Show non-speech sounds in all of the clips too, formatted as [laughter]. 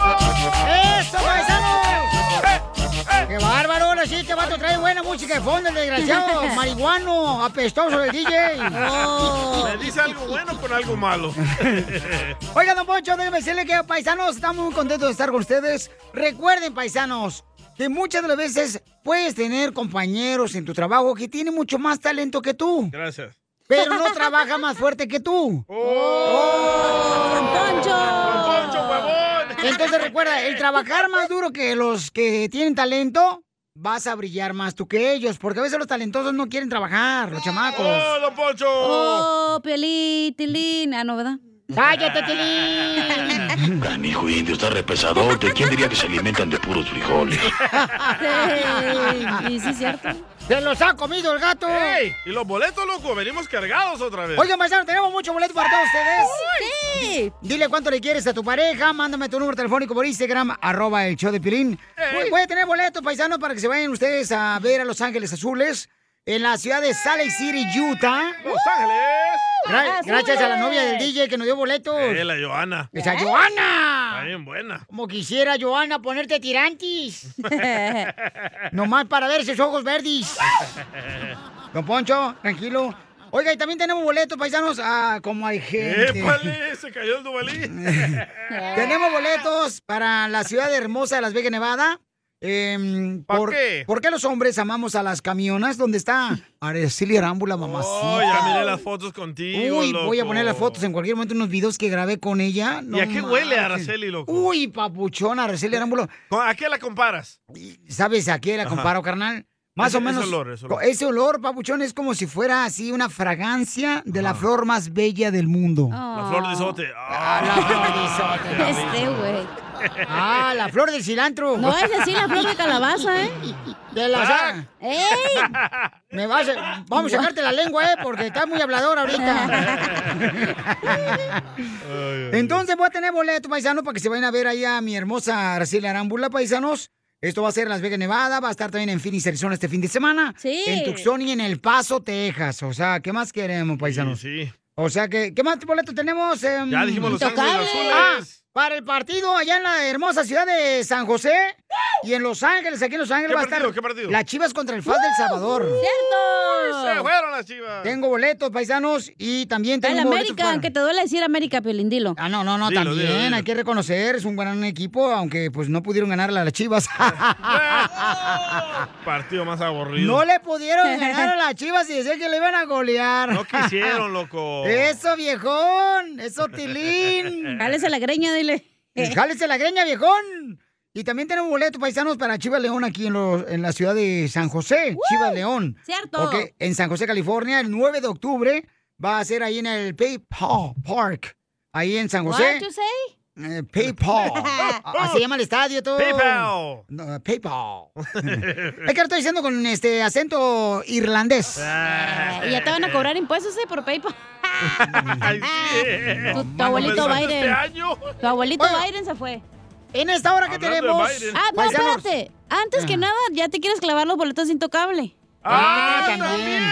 Eh. este vato trae buena música de fondo, el desgraciado. Marihuano, apestoso el DJ. Oh. Le dice algo bueno por algo malo. Oiga, don Poncho, déjeme decirle que, paisanos, estamos muy contentos de estar con ustedes. Recuerden, paisanos, que muchas de las veces puedes tener compañeros en tu trabajo que tienen mucho más talento que tú. Gracias. Pero no trabaja más fuerte que tú. ¡Oh! oh. ¡Don Poncho! ¡Don Poncho, huevón! Entonces recuerda, el trabajar más duro que los que tienen talento, vas a brillar más tú que ellos, porque a veces los talentosos no quieren trabajar, los chamacos. ¡Oh, don Poncho! ¡Oh, Piolín, Tilín! Ah, no, ¿verdad? [laughs] ¡Cállate, [laughs] Tilín! Canijo indio, está repesadote. ¿Quién diría que se alimentan de puros frijoles? Sí, sí, cierto. ¡Se los ha comido el gato! ¡Ey! ¿Y los boletos, loco? Venimos cargados otra vez. Oigan, maestro, tenemos muchos boletos para todos ustedes. ¡Sí! sí. Dile cuánto le quieres a tu pareja. Mándame tu número telefónico por Instagram, arroba el show de Pirín. Puede, puede tener boletos, paisanos, para que se vayan ustedes a ver a Los Ángeles Azules en la ciudad de Salt Lake City, Utah. ¡Los Ángeles! Gra gracias a la novia del DJ que nos dio boletos. Eh, la Joana. pues. ¡Esa Joana! Está bien buena. Como quisiera, Joana, ponerte tirantes. Nomás para ver sus ojos verdes. Don Poncho, tranquilo. Oiga, y también tenemos boletos paisanos ah, como hay gente. ¡Épale! Se cayó el Dubalín. [laughs] tenemos boletos para la ciudad hermosa de Las Vegas, Nevada. Eh, ¿por, qué? ¿Por qué los hombres amamos a las camionas? ¿Dónde está Araceli Arámbula, mamacita? Oh, ya miré las fotos contigo, Uy, loco. voy a poner las fotos en cualquier momento, unos videos que grabé con ella. No ¿Y a qué manches. huele Araceli, loco? Uy, papuchón, Araceli Arámbula. ¿Con- ¿A qué la comparas? ¿Sabes a qué la comparo, carnal? Más Ese- o ese menos. olor, ese olor. ese olor, papuchón, es como si fuera así una fragancia de la flor más bella del mundo. Oh, La flor de isote. Ah, la flor [laughs] de isote. Este, güey. Ah, la flor del cilantro. No es así la flor de calabaza, ¿eh? Ah. De la sa- ¡Ey! Me vas a- Vamos a sacarte la lengua, eh, porque estás muy hablador ahorita. Entonces voy a tener boleto, paisano, para que se vayan a ver ahí a mi hermosa Araceli Arámbula, paisanos. Esto va a ser en Las Vegas, Nevada. Va a estar también en Phoenix, Arizona este fin de semana. Sí. En Tucson y en El Paso, Texas. O sea, ¿qué más queremos, paisanos? Sí, sí. O sea, ¿qué, qué más boletos tenemos? Em, Ya dijimos los Intocable. ángeles Ah, azules. para el partido allá en la hermosa ciudad de San José y en Los Ángeles, aquí en Los Ángeles ¿Qué va a estar partido, qué partido? Uh, las Chivas contra el FAS del Salvador. Se ¡Cierto! fueron las chivas. Tengo boletos, paisanos, y también En tengo boletos América, para- aunque te duele decir América, Piolín, dilo. Ah, no, no, no, Dilo, también dilo, dilo. hay que reconocer, es un gran equipo, aunque pues no pudieron ganarle a [laughs] las Chivas. [laughs] Partido más aburrido. no [laughs] le pudieron ganar a las Chivas y decían que le iban a golear. No quisieron, loco. Eso, viejón, [laughs] eso, Tilín. Cálese la greña, dile. Jálese la greña, viejón. Y también tenemos boletos paisanos para Chivas León aquí en, los- en la ciudad de San José, Chivas León. Cierto. Ok, en San José, California, el 9 de octubre va a ser ahí en el PayPal Park. Ahí en San What José. you say? Eh, [laughs] PayPal. Oh. A- Así llama el estadio todo. PayPal. Oh. No, PayPal. [laughs] es que lo estoy diciendo con este acento irlandés. Ah, ¿Y ya te van a cobrar impuestos eh, por PayPal? Ay, sí. Tu- tu abuelito Comenzando Este Biden. año. Tu abuelito Oiga. Biden se fue. En esta hora que Hablando de tenemos. Biden. Ah, no, paisanos, espérate. Antes que nada, ya te quieres clavar los boletos de intocable. Ah, Ah, también. también.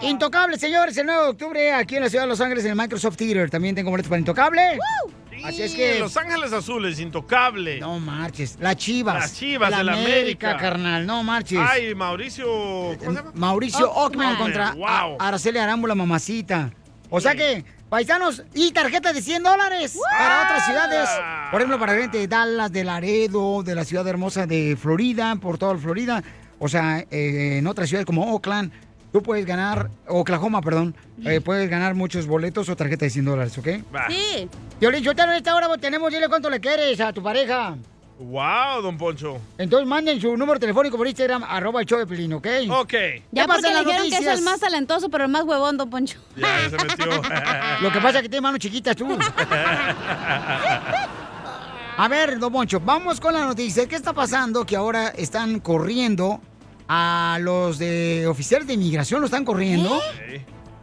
Intocable, señores, el 9 de octubre aquí en la ciudad de Los Ángeles, en el Microsoft Theater. También tengo boletos para Intocable. Así es que- Los Ángeles Azules, intocable. No marches. Las Chivas. Las Chivas de la América. carnal. No marches. Ay, Mauricio. ¿Cómo se llama? Oh, Mauricio Ockman Ockman. contra Wow. A- Araceli Arámbula, mamacita. O sea que, paisanos, y tarjeta de 100 dólares para otras ciudades. Por ejemplo, para gente de Dallas, de Laredo, de la ciudad hermosa de Florida, por toda Florida. O sea, eh, en otras ciudades como Oakland, tú puedes ganar, Oklahoma, perdón, eh, puedes ganar muchos boletos o tarjeta de 100 dólares, ¿ok? Va. Sí. Violín, yo en esta hora tenemos, dile cuánto le quieres a tu pareja. Wow, don Poncho. Entonces manden su número telefónico por Instagram, arroba el show de Piolín, ¿ok? Ok. ¿Qué Ya pasa porque le dijeron en las que es noticias? el más talentoso, pero el más huevón, don Poncho. Ya, ya se metió. [laughs] Lo que pasa es que tiene manos chiquitas tú. A ver, Don Moncho, vamos con la noticia. ¿Qué está pasando? Que ahora están corriendo ¿Eh, a los de oficiales de inmigración, lo están corriendo. Ok.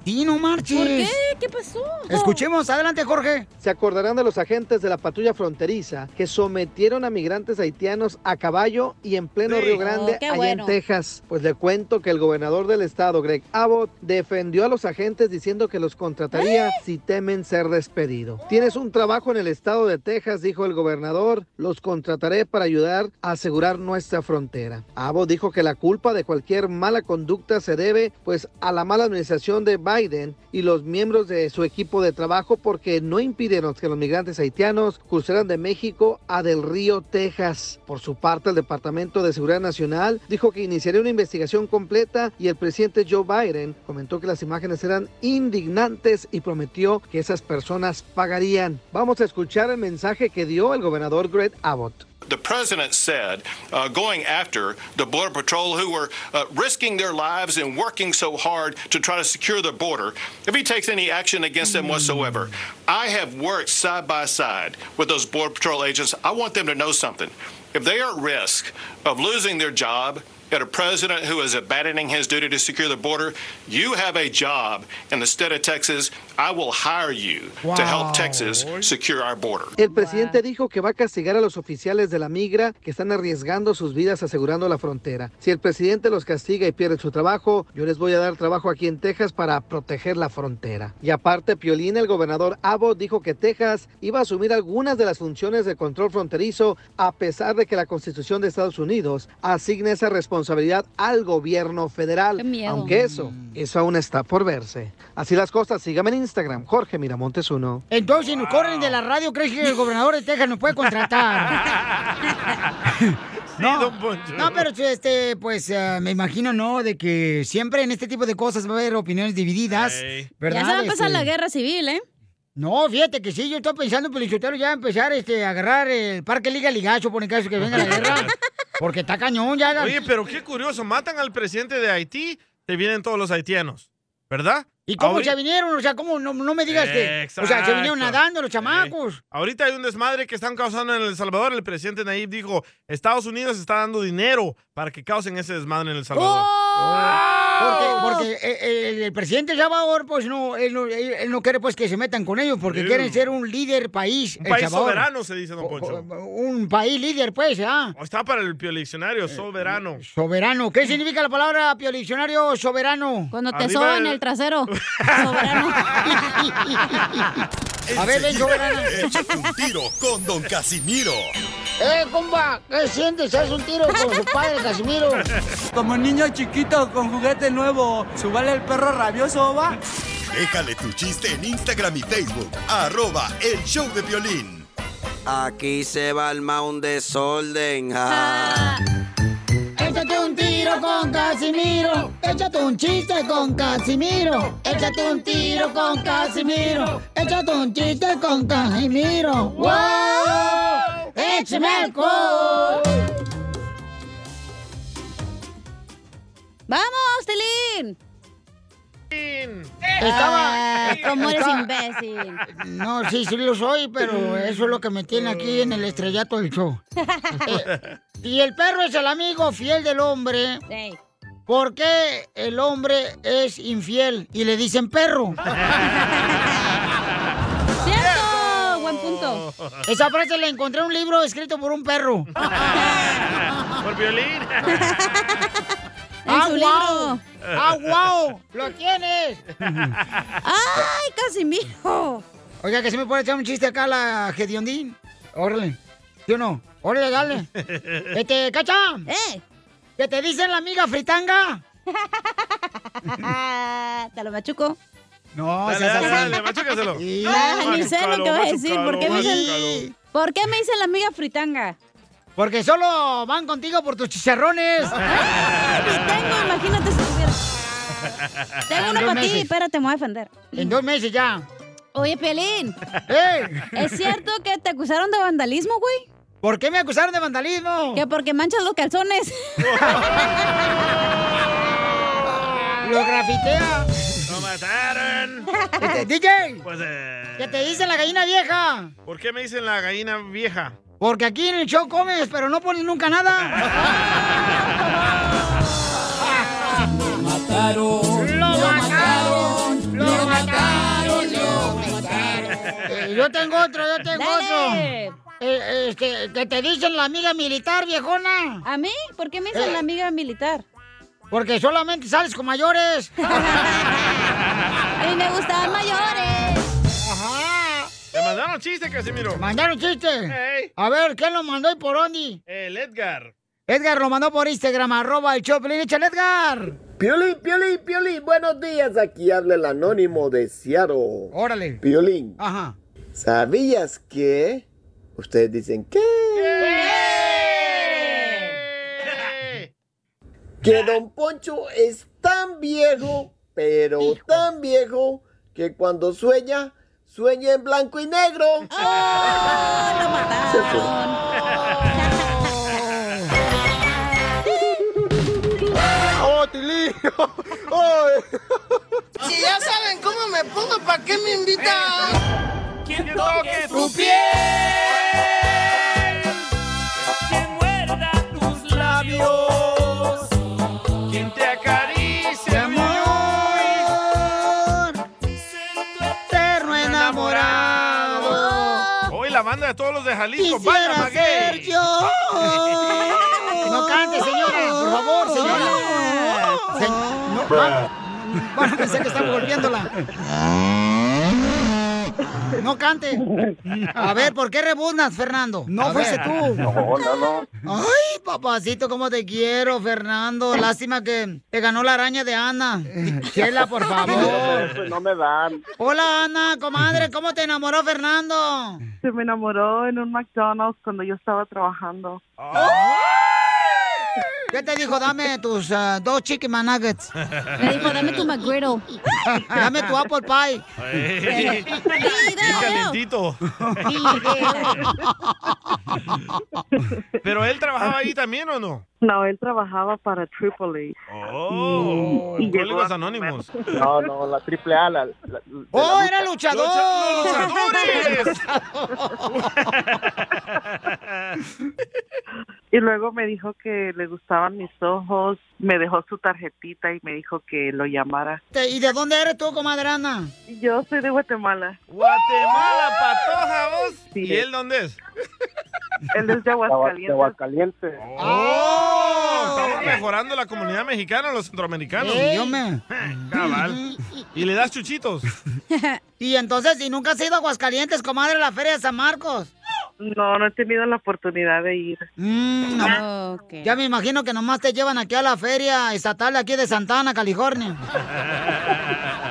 Sí, no marches. ¿Por qué? ¿Qué ¿qué pasó? Escuchemos, adelante Jorge. Se acordarán de los agentes de la patrulla fronteriza que sometieron a migrantes haitianos a caballo y en pleno Sí. Río Grande, Oh, qué allá bueno. en Texas. Pues le cuento que el gobernador del estado, Greg Abbott, defendió a los agentes diciendo que los ¿Eh? contrataría si temen ser despedido. Tienes un trabajo en el estado de Texas, dijo el gobernador. Los contrataré para ayudar a asegurar nuestra frontera. Abbott dijo que la culpa de cualquier mala conducta se debe pues a la mala administración de Biden y los miembros de su equipo de trabajo porque no impidieron que los migrantes haitianos cruzaran de México a Del Río, Texas. Por su parte, el Departamento de Seguridad Nacional dijo que iniciaría una investigación completa y el presidente Joe Biden comentó que las imágenes eran indignantes y prometió que esas personas pagarían. Vamos a escuchar el mensaje que dio el gobernador Greg Abbott. The president said uh, going after the Border Patrol who were uh, risking their lives and working so hard to try to secure the border, if he takes any action against them whatsoever. I have worked side by side with those Border Patrol agents. I want them to know something. If they are at risk of losing their job at a president who is abandoning his duty to secure the border, you have a job in the state of Texas. I will hire you to Wow. help Texas secure our border. El presidente dijo que va a castigar a los oficiales de la migra que están arriesgando sus vidas asegurando la frontera. Si el presidente los castiga y pierden su trabajo, yo les voy a dar trabajo aquí en Texas para proteger la frontera. Y aparte, Piolín, el gobernador Abbott dijo que Texas iba a asumir algunas de las funciones de control fronterizo a pesar de que la Constitución de Estados Unidos asigna esa responsabilidad al gobierno federal. Qué miedo. Aunque eso, eso aún está por verse. Así las cosas, sígame en Instagram, Jorge Miramontes 1. Entonces, si nos corren de la radio, ¿crees que el gobernador de Texas nos puede contratar? [laughs] Sí, don Poncho. No, pero este, pues eh, me imagino, ¿no? De que siempre en este tipo de cosas va a haber opiniones divididas, Ey. ¿verdad? ya se va a empezar Este, la guerra civil, ¿eh? No, fíjate que sí, yo estoy pensando, Pelichotero, ya empezar este, a agarrar el Parque Liga Ligacho por en caso que venga la [laughs] guerra. Porque está cañón, ya. Oye, pero qué curioso, matan al presidente de Haití, te vienen todos los haitianos, ¿verdad? ¿Y cómo Ahorita- se vinieron? O sea, ¿cómo? No, no me digas que... O sea, se vinieron Exacto. nadando los Sí. chamacos. Ahorita hay un desmadre que están causando en El Salvador. El presidente Nayib dijo, Estados Unidos está dando dinero para que causen ese desmadre en El Salvador. Oh. Porque, ¡Oh! porque eh, eh, el, presidente de Salvador, pues no él, no, él- él no quiere pues que se metan con ellos porque Sí. quieren ser un líder país. Un El país Salvador. Oh, soberano, se dice, don Poncho. O- o- Un país líder, pues, ¿ah? O está para el Eh, diccionario, soberano. Soberano. ¿Qué significa la palabra Pio Diccionario soberano? Cuando te Arriba soban el- el [laughs] trasero. Soberano. A ver, ven, soberano. Échate un tiro con Don Casimiro. ¡Eh, comba! ¿Qué sientes? ¿Haz un tiro con su padre, Casimiro? Como niño chiquito con juguete nuevo, subale el perro rabioso, va. Déjale tu chiste en Instagram y Facebook. Arroba el show de violín. Aquí se va a armar un desorden. Échate un tiro con Casimiro. Échate un chiste con Casimiro. Échate un tiro con Casimiro. Échate un chiste con Casimiro. ¡Wow! ¡Échame alcohol! ¡Vamos, Telín! Estaba. Ah, ¿Cómo eres estaba- imbécil? Mm. No, sí, sí lo soy, pero eso es lo que me tiene [laughs] aquí en el estrellato del show. Eh, y el perro es el amigo fiel del hombre. Ey. ¿Por qué el hombre es infiel y le dicen perro? [laughs] ¡Cierto! Buen punto. Esa frase la encontré en un libro escrito por un perro. [laughs] Por violín. En su libro. ¡Ah, wow! ¡Lo tienes! ¡Ay, Casimiro! Oiga, que si me puede echar un chiste acá la Gediondín. Órale. ¿Sí o no? [laughs] Órale, dale. Este, cacha. ¡Eh! ¿Qué te dicen la amiga fritanga? Ah, [laughs] Te lo machuco. No, Dale, seas dale, así. dale, machécaselo. Sí. Ah, ni sé machucalo, lo que voy a decir. machucalo, ¿Por qué me Sí. dicen- ¿Por qué me dicen la amiga fritanga? Porque solo van contigo por tus chicharrones. Ni tengo, imagínate si tuviera. Tengo Ah, Dos una para ti, meses. [laughs] espérate, me voy a defender. En dos meses ya. Oye, Pelín, ¡Ey! ¿es cierto que te acusaron de vandalismo, güey? ¿Por qué me acusaron de vandalismo? Que porque manchas los [laughs] calzones. Lo grafitea. ¡Lo mataron! [laughs] [laughs] Este, DJ, Pues, eh, ¿qué te dicen la gallina vieja? ¿Por qué me dicen la gallina vieja? Porque aquí en el show comes, pero no pones nunca nada. Mataron, Lo mataron, lo mataron, lo Eh, yo tengo otro, yo tengo Dale. otro. Eh, este, que te dicen la amiga militar, viejona. ¿A mí? ¿Por qué me dicen Eh. la amiga militar? Porque solamente sales con mayores. A mí me gustan mayores. Ajá. Te mandaron chiste, Casimiro. [laughs] Mandaron chiste. Ey. A ver, ¿quién lo mandó y por dónde? El Edgar. Edgar lo mandó por Instagram, arroba el Choplin. Échale, Edgar. Piolín, Piolín, Piolín, buenos días. Aquí habla el anónimo de Seattle. Órale. Piolín, Ajá. ¿sabías que? Ustedes dicen que. Que Don Poncho es tan viejo, pero tan viejo, que cuando sueña, sueña en blanco y negro. ¡Oh, [laughs] lo mataron! ¡Oh, Tilín! ¡Oh! Si ya saben cómo me pongo, ¿para qué me invitan? ¿Quién toque tu ¿Quién muerda tus labios? ¿Quién te acaricia, amor? Eterno enamorado. Hoy la banda de todos los de Jalisco. Vaya, Quisiera ser maguey. yo. No cante, señora, por favor, señora. Se- no, van, van a pensar que estamos golpeándola. No cante. A ver, ¿por qué rebuznas, Fernando? No A fuiste ver. tú. No, no, no. Ay, papacito, cómo te quiero, Fernando. Lástima que te ganó la araña de Ana. Chela, por favor. Pues no me dan. Hola, Ana, comadre, ¿cómo te enamoró Fernando? Se me enamoró en un McDonald's cuando yo estaba trabajando. ¿Qué te dijo? Dame tus ah, dos chicken nuggets. Me dijo, dame tu McGriddle. Dame tu [laughs] apple pie. Eh, Ey, bien calentito. Pero él trabajaba ahí también o no? No, él trabajaba para Tripoli. Oh, Y- y llegó Alcohólicos a- Anónimos. No, no, la triple A, la, la- la- ¡Oh, la era lucha. luchador! Lucha- luchadores. [laughs] Y luego me dijo que le gustaban mis ojos, me dejó su tarjetita y me dijo que lo llamara. Te- ¿Y de dónde eres tú, comadre Ana? Yo soy de Guatemala. Guatemala, patoja, vos. Sí. ¿Y él dónde es? [laughs] Él es de De Aguascalientes. [laughs] Aguascalientes. Oh. ¡Oh! Estamos mejorando la comunidad mexicana, los centroamericanos. Eh, Sí, hombre. Cabal. [laughs] ¿Y le das [laughs] chuchitos? [laughs] Y entonces, ¿y nunca has ido a Aguascalientes, comadre, a la Feria de San Marcos? No, no he tenido la oportunidad de ir. Mm, no. Ok. Ya me imagino que nomás te llevan aquí a la Feria Estatal de aquí de Santana, California.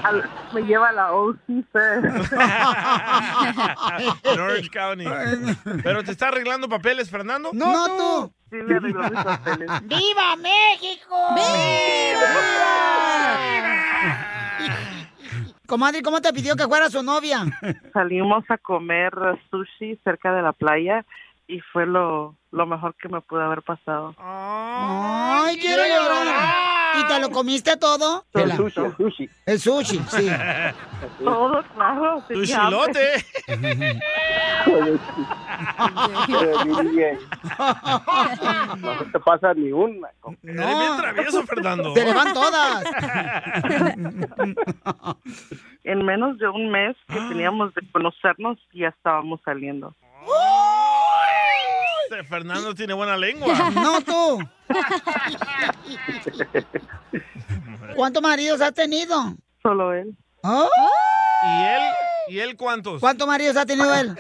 Al- me lleva a la OCC. Orange County. ¿Pero te está arreglando papeles, Fernando? No, tú. Sí, me arregló mis [laughs] papeles. ¡Viva México! [laughs] Comadre, ¿cómo te pidió que fuera su novia? Salimos a comer sushi cerca de la playa y fue lo, lo mejor que me pudo haber pasado. ¡Ay, quiero llorar! ¿Y te lo comiste todo? El Chela. sushi, el sushi. El sushi, sí. Todo claro. ¡Tu tenía hambre. chilote! Pero dije, No se te pasa ni una. Eres bien travieso, Fernando. Se le van todas. [laughs] En menos de un mes que teníamos de conocernos ya estábamos saliendo. Este Fernando tiene buena [laughs] lengua. No tú. ¿Cuántos maridos has tenido? Solo él. ¿Oh? ¿Y él? ¿Y él cuántos? ¿Cuántos maridos ha tenido [laughs] él?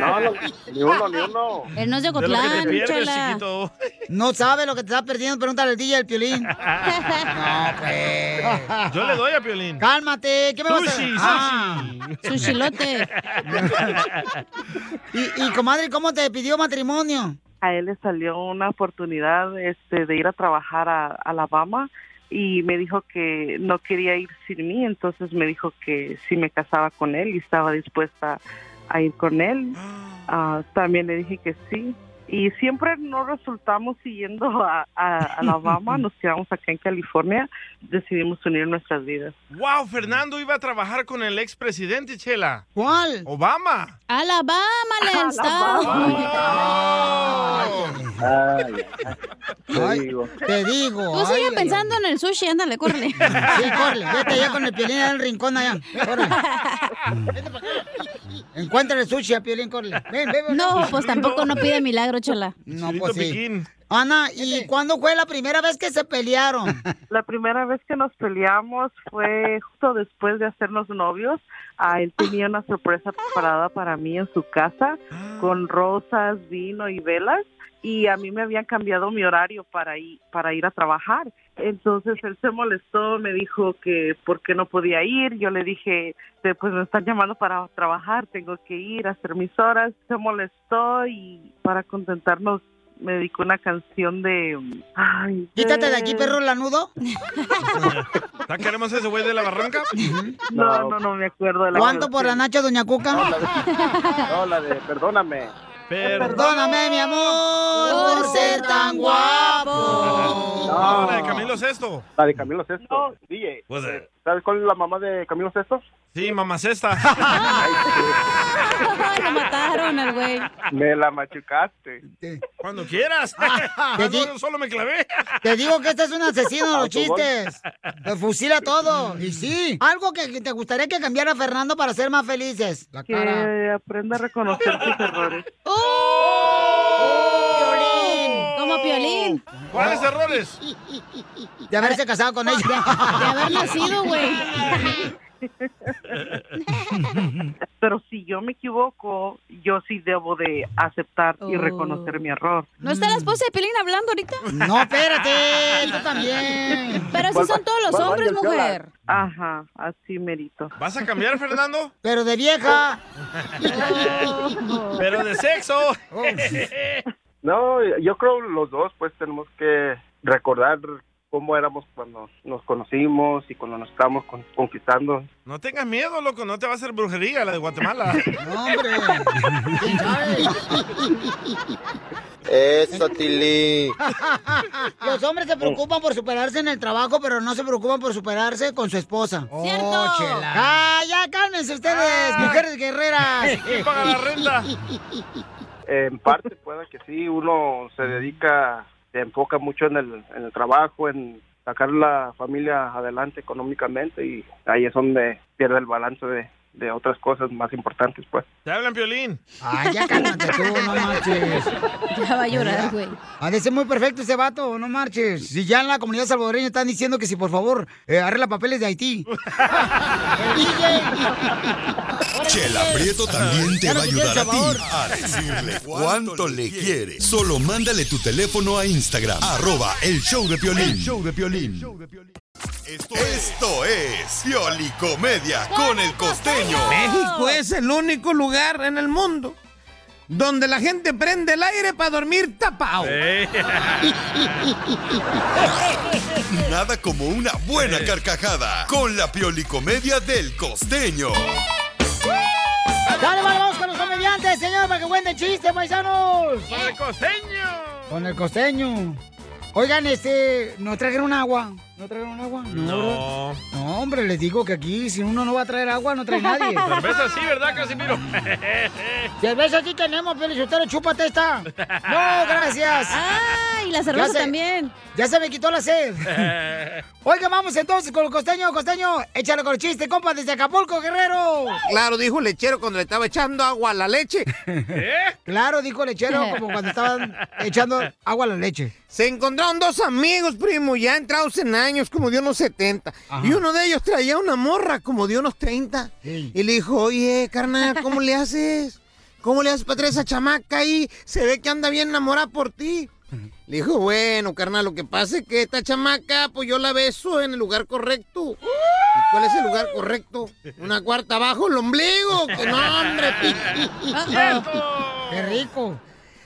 No, no, ni uno, ni uno. Él no es de De lo que te Ocotlán, pierdes, chela. chiquito. No sabe lo que te está perdiendo. Pregúntale al DJ [laughs] el piolín. No, pues. Yo le doy a Piolín. Cálmate. ¿Qué me vas a Sushi, Ah. sushi. Su chilote. Y, y, comadre, ¿cómo te pidió matrimonio? A él le salió una oportunidad este, de ir a trabajar a, a Alabama y me dijo que no quería ir sin mí, entonces me dijo que si me casaba con él y estaba dispuesta a ir con él. Ah, también le dije que sí. Y siempre no resultamos siguiendo a, a Alabama, nos quedamos acá en California, decidimos unir nuestras vidas. Wow, Fernando iba a trabajar con el expresidente, Chela. ¿Cuál? Obama. Alabama, le Alabama. está. Oh. Ay, te digo. Te digo. Tú sigue ay, ay, pensando en el sushi, ándale, córrele. Sí, córrele, vete allá con el piolín al rincón allá. Córrele. Encuentra el sushi a piolín, córrele. Ven, ven, ven. No, pues tampoco no pide milagro, chala. No, pues sí. Ana, ¿y [laughs] cuándo fue la primera vez que se pelearon? [laughs] La primera vez que nos peleamos fue justo después de hacernos novios. Ah, él tenía una sorpresa preparada para mí en su casa con rosas, vino y velas. Y a mí me habían cambiado mi horario para ir, para ir a trabajar. Entonces él se molestó, me dijo que por qué no podía ir. Yo le dije, "Te- pues me están llamando para trabajar, tengo que ir a hacer mis horas. Se molestó y para contentarnos me dedicó una canción de... mm, Ay, Quítate de aquí, Eh, perro lanudo. ¿Está queremos ese güey de la barranca? No, no, no me acuerdo de la ¿Cuánto por la nacha, doña Cuca? No, la de perdóname. Perdóname, mi amor, por ser tan guapo. No, la de Camilo Sesto. La de Camilo Sesto. DJ. Pues, eh, ¿Sabes cuál es la mamá de Camilo Sesto? Sí, mamá [laughs] Cesta. Lo mataron al güey. Me la machucaste. Cuando quieras. [laughs] Te di- Yo solo me clavé. Te digo que este es un Ah, asesino Ah, de los Autogol. chistes. Te fusila todo. Y sí. Algo que que te gustaría que cambiara Fernando para ser más felices. La cara. Que aprenda a reconocer [laughs] sus errores. Oh. Piolín. Como Piolín. ¿Cuáles errores? De haberse casado con ella. De haber nacido, güey. Pero si yo me equivoco, yo sí debo de aceptar y Oh. reconocer mi error. ¿No está la esposa de Pelín hablando ahorita? Mm. No, espérate, tú también. Pero así son todos los hombres, mujer. Ajá, así merito. ¿Vas a cambiar, Fernando? Pero de vieja. [laughs] [laughs] Pero de [laughs] sexo. No, yo creo los dos pues tenemos que recordar cómo éramos cuando nos conocimos y cuando nos estábamos con- conquistando. No tengas miedo, loco, no te va a hacer brujería la de Guatemala. No, hombre. [laughs] Eso, Tilly. Los hombres se preocupan por superarse en el trabajo, pero no se preocupan por superarse con su esposa. ¡Cierto! ¡Ah, ya cálmense ustedes, mujeres guerreras! ¿Quién paga la renta? En parte pueda que sí, uno se dedica, se enfoca mucho en el, en el trabajo, en sacar la familia adelante económicamente y ahí es donde pierde el balance de, de otras cosas más importantes pues. Te hablan piolín. Ay, ya cálmate tú, no marches. Ya va a llorar, güey. Ha de ser muy perfecto ese vato, no marches. Si ya en la comunidad salvadoreña están diciendo que si por favor eh, arregla papeles de [laughs] Haití. [laughs] Chela Prieto también te Ya va no a te quiero, ayudar a Salvador. ti a [laughs] decirle cuánto le quiere. Solo mándale tu teléfono a [laughs] Instagram, arroba el show de Piolín. Esto, esto es Piolicomedia con el costeño. México es el único lugar en el mundo donde la gente prende el aire para dormir tapado. [laughs] [laughs] Nada como una buena carcajada con la Piolicomedia del costeño. Dale, vale, vamos con los comediantes, señor, para que cuenten chistes, paisanos. Con el costeño. Con el costeño. Oigan, este, ¿no trajeron agua? ¿No trajeron agua? No. No, hombre, les digo que aquí si uno no va a traer agua, no trae nadie. [laughs] Cerveza sí, ¿verdad, Casimiro? [laughs] Cerveza aquí tenemos, Pio Lizotero, chúpate esta. No, gracias. Ay, la cerveza también. Ya se me quitó la sed. Oiga, vamos entonces con el costeño, costeño. Échale con el chiste, compa, desde Acapulco, guerrero. Claro, dijo el lechero cuando le estaba echando agua a la leche. Claro, dijo el lechero como cuando estaban echando agua a la leche. Se encontraron dos amigos, primo, ya entrados en años, como de unos 70. Y uno de ellos traía una morra, como de unos 30. Y le dijo, oye, carnal, ¿cómo le haces? ¿Cómo le haces para traer esa chamaca ahí? Se ve que anda bien enamorada por ti. Le dijo, bueno, carnal, lo que pasa es que esta chamaca, pues yo la beso en el lugar correcto. ¿Y cuál es el lugar correcto? Una cuarta abajo el ombligo. ¡Qué nombre! ¡Qué rico!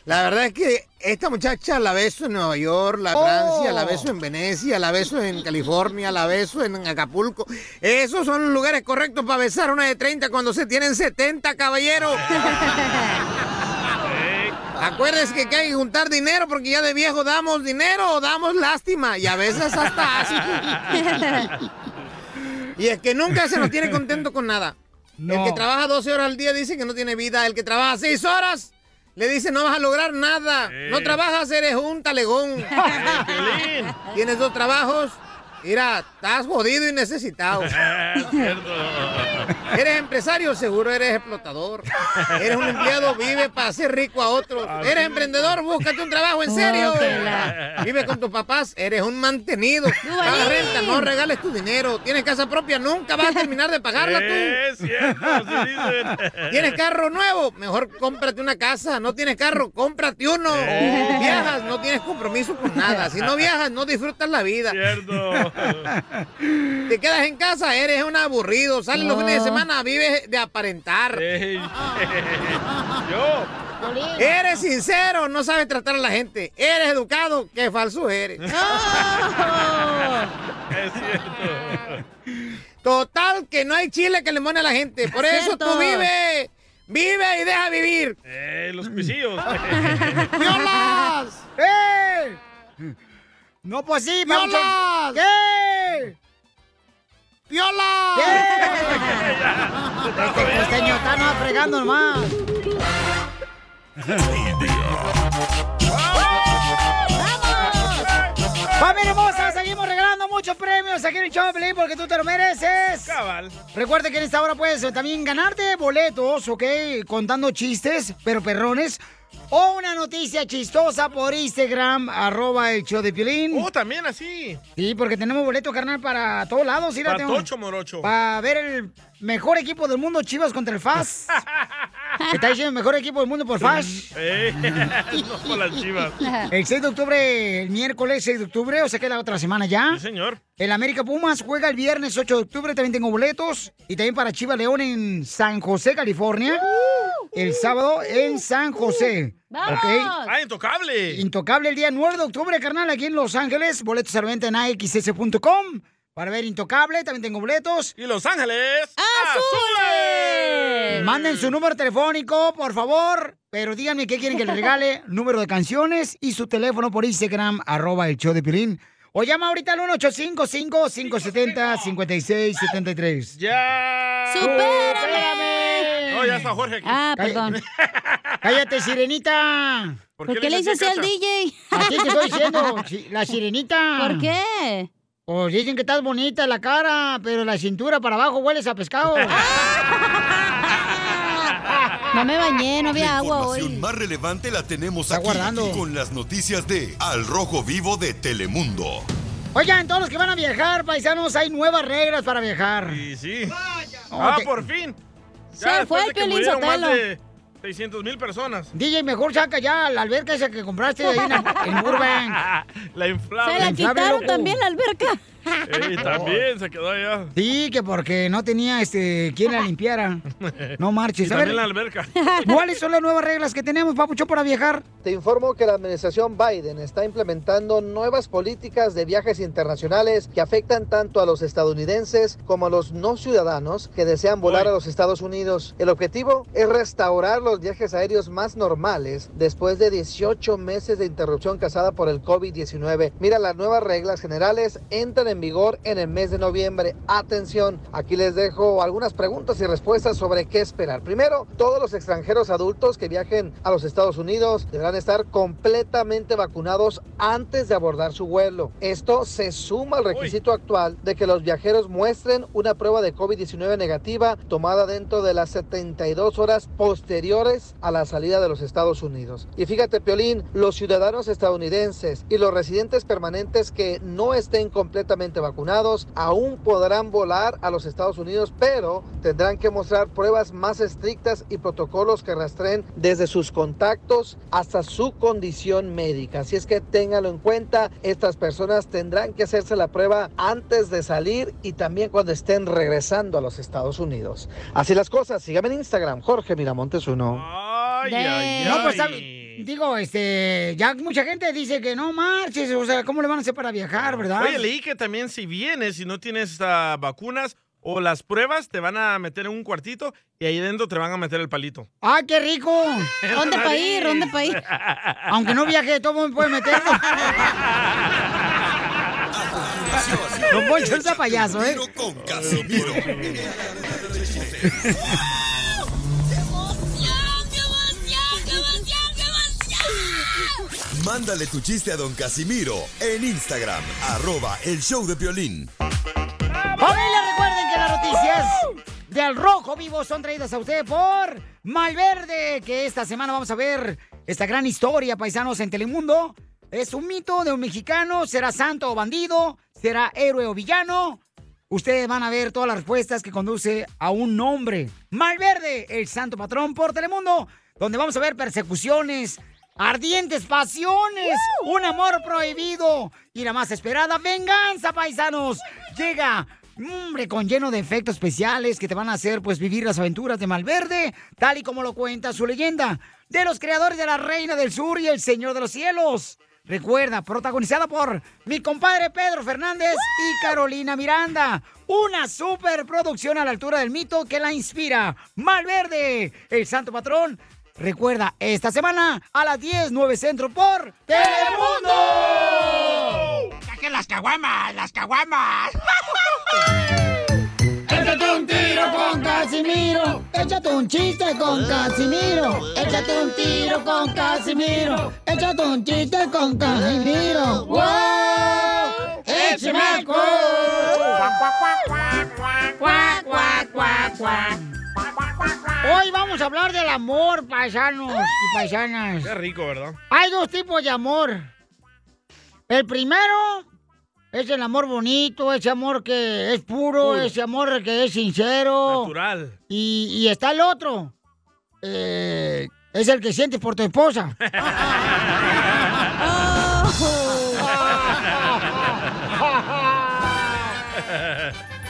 La verdad es que esta muchacha la beso en Nueva York, la Oh. Francia, la beso en Venecia, la beso en California, la beso en Acapulco. Esos son los lugares correctos para besar a una de 30 cuando se tienen 70, caballero. Acuérdense que hay que juntar dinero porque ya de viejo damos dinero o damos lástima y a veces [laughs] hasta asco. Y es que nunca se nos tiene contento con nada. No. El que trabaja 12 horas al día dice que no tiene vida. El que trabaja 6 horas Le dice, no vas a lograr nada. No trabajas, eres un talegón. Tienes dos trabajos. Mira, estás jodido y necesitado. [laughs] Eres empresario, seguro eres explotador. Eres un empleado, vive para hacer rico a otros. Eres emprendedor, búscate un trabajo en serio. Oh, qué la- Vive con tus papás, eres un mantenido. Paga Duvalín. renta, no regales tu dinero. Tienes casa propia, nunca vas a terminar de pagarla tú. Es cierto, así dicen. Tienes carro nuevo, mejor cómprate una casa. No tienes carro, cómprate uno. Eh. Viajas, no tienes compromiso con nada. Si no viajas, no disfrutas la vida. Te quedas en casa, eres un aburrido. Sales los fines de semana, vives de aparentar. [laughs] Yo. Eres sincero, no sabes tratar a la gente. Eres educado, qué falso eres. Es cierto. Total, que no hay chile que le mone a la gente. Por eso Cierto. tú vive, vive y deja vivir. Eh, los [laughs] cuisillos. ¡Violas! ¡Eh! No, pues sí, Pabuchón. ¡Violas! ¿Qué? ¡Viola! ¿Qué? Este costeño está no fregando nomás. ¡Familia hermosa! Seguimos regalando muchos premios aquí en el show de Pelín porque tú te lo mereces. Cabal. Recuerda que en esta hora puedes eh, también ganarte boletos, ¿ok? Contando chistes, pero perrones. O una noticia chistosa por Instagram, arroba el show de Piolín. Oh, también así. Sí, porque tenemos boletos, carnal, para todos lados. sí, la Pa' tengo. tocho, morocho. Para ver el mejor equipo del mundo, Chivas contra [laughs] el FAS. Está diciendo el mejor equipo del mundo por FAS. Eh, [laughs] no por las [laughs] chivas. [laughs] El 6 de octubre, el miércoles 6 de octubre, o sea que la otra semana ya. Sí, señor. El América Pumas juega el viernes 8 de octubre, también tengo boletos. Y también para Chiva León en San José, California. El sábado en San José. ¿ok? ¡Ah, intocable! Intocable el día 9 de octubre, carnal, aquí en Los Ángeles. Boletos a la venta en axs.com. Para ver Intocable, también tengo boletos. ¡Y Los Ángeles! ¡Azules! Manden su número telefónico, por favor. Pero díganme qué quieren que [laughs] les regale, número de canciones y su teléfono por Instagram, arroba el show de Piolín. O llama ahorita al 1-855-570-5673. ¡Ya! ¡Supérame! No, ya está Jorge aquí. Ah, [laughs] Cállate, sirenita. ¿Por qué ¿Por qué le le dices dices así al cacha? DJ? A ti te [laughs] estoy diciendo, si- la sirenita. ¿Por qué? Pues dicen que estás bonita la cara, pero la cintura para abajo hueles a pescado. [laughs] No me bañé, no había La agua información hoy. más relevante la tenemos aquí guardando. con las noticias de Al Rojo Vivo de Telemundo. Oigan, todos los que van a viajar, paisanos, hay nuevas reglas para viajar. Y sí. No, ¡Ah, te- por fin! Se después fue el de que Piolín murieron más Sotelo. de 600 mil personas. DJ, mejor saca ya la alberca esa que compraste ahí en, [laughs] en Burbank. La inflable. Se la quitaron Inflable, loco. también la alberca. [laughs] Sí, también se quedó allá. Sí, que porque no tenía este quien [laughs] la limpiara. No marches. Y A ver, también la alberca. [laughs] ¿Cuáles son las nuevas reglas que tenemos, Papucho, para viajar? Te informo que la administración Biden está implementando nuevas políticas de viajes internacionales que afectan tanto a los estadounidenses como a los no ciudadanos que desean volar a los Estados Unidos. El objetivo es restaurar los viajes aéreos más normales después de 18 meses de interrupción causada por el COVID-19. Mira, las nuevas reglas generales entran en vigor en el mes de noviembre. Atención, aquí les dejo algunas preguntas y respuestas sobre qué esperar. Primero, todos los extranjeros adultos que viajen a los Estados Unidos deberán estar completamente vacunados antes de abordar su vuelo. Esto se suma al requisito actual de que los viajeros muestren una prueba de COVID-19 negativa tomada dentro de las 72 horas posteriores a la salida de los Estados Unidos. Y fíjate, Piolín, los ciudadanos estadounidenses y los residentes permanentes que no estén completamente vacunados aún podrán volar a los Estados Unidos, pero tendrán que mostrar pruebas más estrictas y protocolos que rastreen desde sus contactos hasta su condición médica. Así es que téngalo en cuenta, estas personas tendrán que hacerse la prueba antes de salir y también cuando estén regresando a los Estados Unidos. Así las cosas, síganme en Instagram, Jorge Miramontes uno. ay, no, pues, ay. ¿sabe? digo, este, ya mucha gente dice que no marches, o sea, ¿cómo le van a hacer para viajar, verdad? Oye, leí que también si vienes y no tienes ah, vacunas o las pruebas, te van a meter en un cuartito y ahí dentro te van a meter el palito. ¡Ah, qué rico! ¿Dónde pa' ir? ¿Dónde pa' ir? Aunque no viaje, todo me puede meter. Don Poncho está payaso, ¿eh? Con Casimiro. Mándale tu chiste a don Casimiro en Instagram, arroba el show de Piolín. Familia, recuerden que las noticias de Al Rojo Vivo son traídas a usted por Malverde, que esta semana vamos a ver esta gran historia, paisanos, en Telemundo. Es un mito de un mexicano, será santo o bandido, será héroe o villano. Ustedes van a ver todas las respuestas que conduce a un nombre. Malverde, el santo patrón por Telemundo, donde vamos a ver persecuciones, ardientes pasiones, un amor prohibido y la más esperada venganza, paisanos. Llega, hombre, con lleno de efectos especiales que te van a hacer pues vivir las aventuras de Malverde, tal y como lo cuenta su leyenda, de los creadores de la Reina del Sur y el Señor de los Cielos. Recuerda, protagonizada por mi compadre Pedro Fernández y Carolina Miranda. Una superproducción a la altura del mito que la inspira. Malverde, el santo patrón Recuerda, esta semana a las 10, 9 Centro por Telemundo. ¡Saquen las caguamas, las caguamas! [laughs] Échate un tiro con Casimiro. Échate un chiste con Casimiro. Échate un tiro con Casimiro. Échate un chiste con Casimiro. ¡Wow! ¡Échame alcohol! ¡Cuac, cuac, cuac, cuac! Hoy vamos a hablar del amor, paisanos y paisanas. Qué rico, ¿verdad? Hay dos tipos de amor. El primero es el amor bonito, ese amor que es puro, Puro. ese amor que es sincero. Natural. Y, y está el otro. eh, es el que sientes por tu esposa.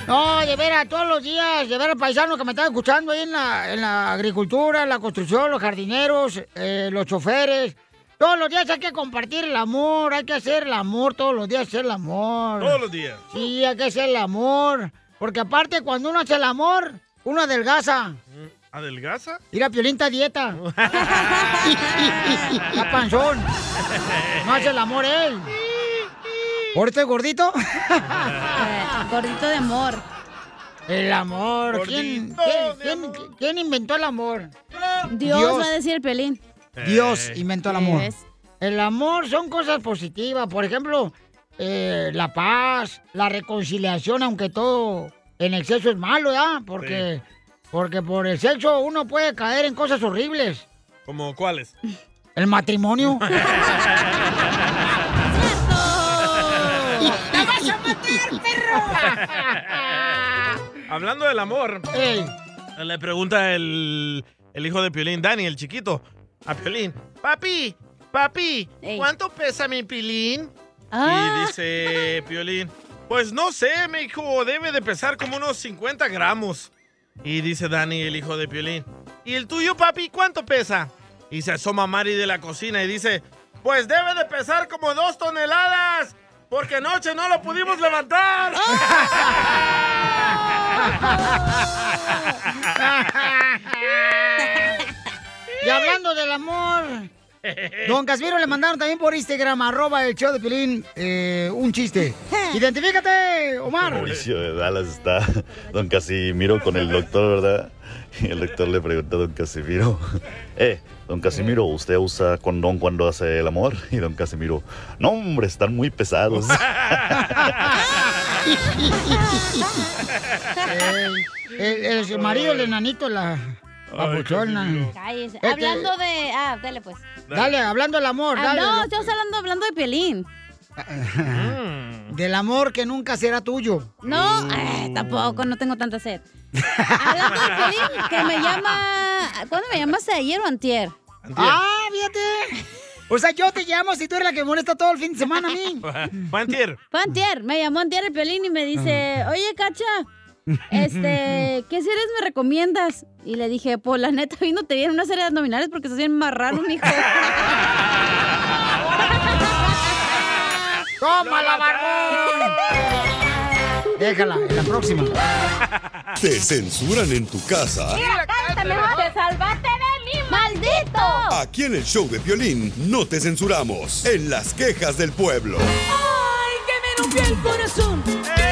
No, de veras, todos los días, de veras, paisanos que me están escuchando ahí en la, en la agricultura, en la construcción, los jardineros, eh, los choferes. Todos los días hay que compartir el amor, hay que hacer el amor, todos los días hacer el amor. Todos los días. Sí, hay que hacer el amor. Porque aparte, cuando uno hace el amor, uno adelgaza. ¿Adelgaza? Mira, Piolín [laughs] a dieta. [laughs] A panzón. No hace el amor él. ¿Ahorita es [laughs] gordito? gordito de amor. El amor. ¿Quién, Gordito quién- quién- quién inventó el amor? Dios, va a decir el pelín. Dios Eh. inventó el amor. Yes. El amor son cosas positivas. Por ejemplo, eh, la paz, la reconciliación, aunque todo en exceso es malo, ¿verdad? Porque, porque por el sexo uno puede caer en cosas horribles. ¿Como cuáles? El matrimonio. ¡La vas a matar, Hablando del amor, le pregunta el, el hijo de Piolín, Dani, el chiquito, a Piolín, papi, papi, ¿cuánto pesa mi pilín? Ah. Y dice Piolín, pues no sé, mi hijo, debe de pesar como unos 50 gramos. Y dice Dani, el hijo de Piolín, ¿y el tuyo, papi, cuánto pesa? Y se asoma Mari de la cocina y dice, pues debe de pesar como dos toneladas, porque anoche no lo pudimos [laughs] levantar. [laughs] y hablando del amor. Don Casimiro le mandaron también por Instagram, arroba el show de Pilín, un chiste. Identifícate, Omar. Mauricio de Dallas está don Casimiro con el doctor, ¿verdad? Y el doctor le pregunta a don Casimiro, eh, don Casimiro, ¿usted usa condón cuando hace el amor? Y don Casimiro, no hombre, están muy pesados. Ey, Eh, el, el marido del enanito, la papuchona. Cállese. Este- Hablando de. Ah, dale pues. Dale, hablando del amor, Ah, dale. no, estamos hablando, hablando de pelín. [laughs] Del amor que nunca será tuyo. No, Mm. eh, tampoco, no tengo tanta sed. Hablando de pelín, que me llama. ¿Cuándo me llamaste ayer o antier? Ah, fíjate. O sea, yo te llamo si tú eres la que molesta todo el fin de semana a mí. Pantier. Fue antier, me llamó antier el pelín y me dice, oye, Cacha, este, ¿qué series me recomiendas? Y le dije, pues la neta, vino te vienen unas series abdominales porque estás bien marrano, mijo. [laughs] ¡Toma la barbón! Déjala, en la próxima. [laughs] Te censuran en tu casa. cállate mejor. Te salvaste de mí, maldito. Aquí en el show de Piolín no te censuramos. En las quejas del pueblo. ¡Ay, que me rompió el corazón!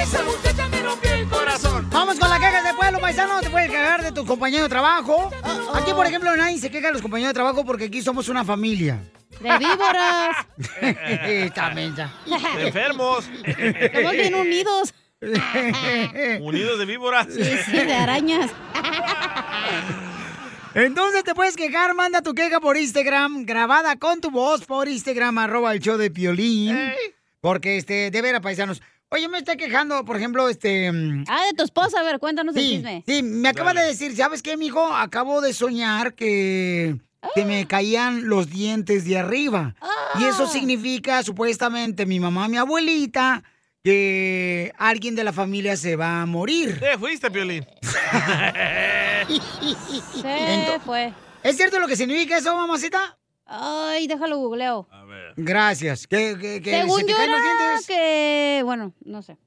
¡Esa muchacha me rompió el corazón! Vamos con las quejas de pueblo, paisano. Te puedes cagar de tus compañeros de trabajo. Aquí, por ejemplo, nadie se queja de los compañeros de trabajo porque aquí somos una familia. De víboras. [laughs] También ya. De enfermos. Estamos bien unidos. [laughs] Unidos de víboras. Sí, sí, de arañas. [laughs] Entonces te puedes quejar, manda tu queja por Instagram, grabada con tu voz por Instagram, arroba el show de Piolín. Porque, este, de veras, paisanos. Oye, me está quejando, por ejemplo, este... Ah, de tu esposa, a ver, cuéntanos el sí, chisme. Sí, me acaba de decir, ¿sabes qué, mijo? Acabo de soñar que se Ah. me caían los dientes de arriba. Y eso significa, supuestamente, mi mamá, mi abuelita, que alguien de la familia se va [laughs] a morir. [laughs] Te fuiste, Piolín. Se fue. ¿Es cierto lo que significa eso, mamacita? Ay, déjalo googleo. Gracias. ¿Qué, qué, qué? Según ¿Se te yo caen los era dientes? que, bueno, no sé.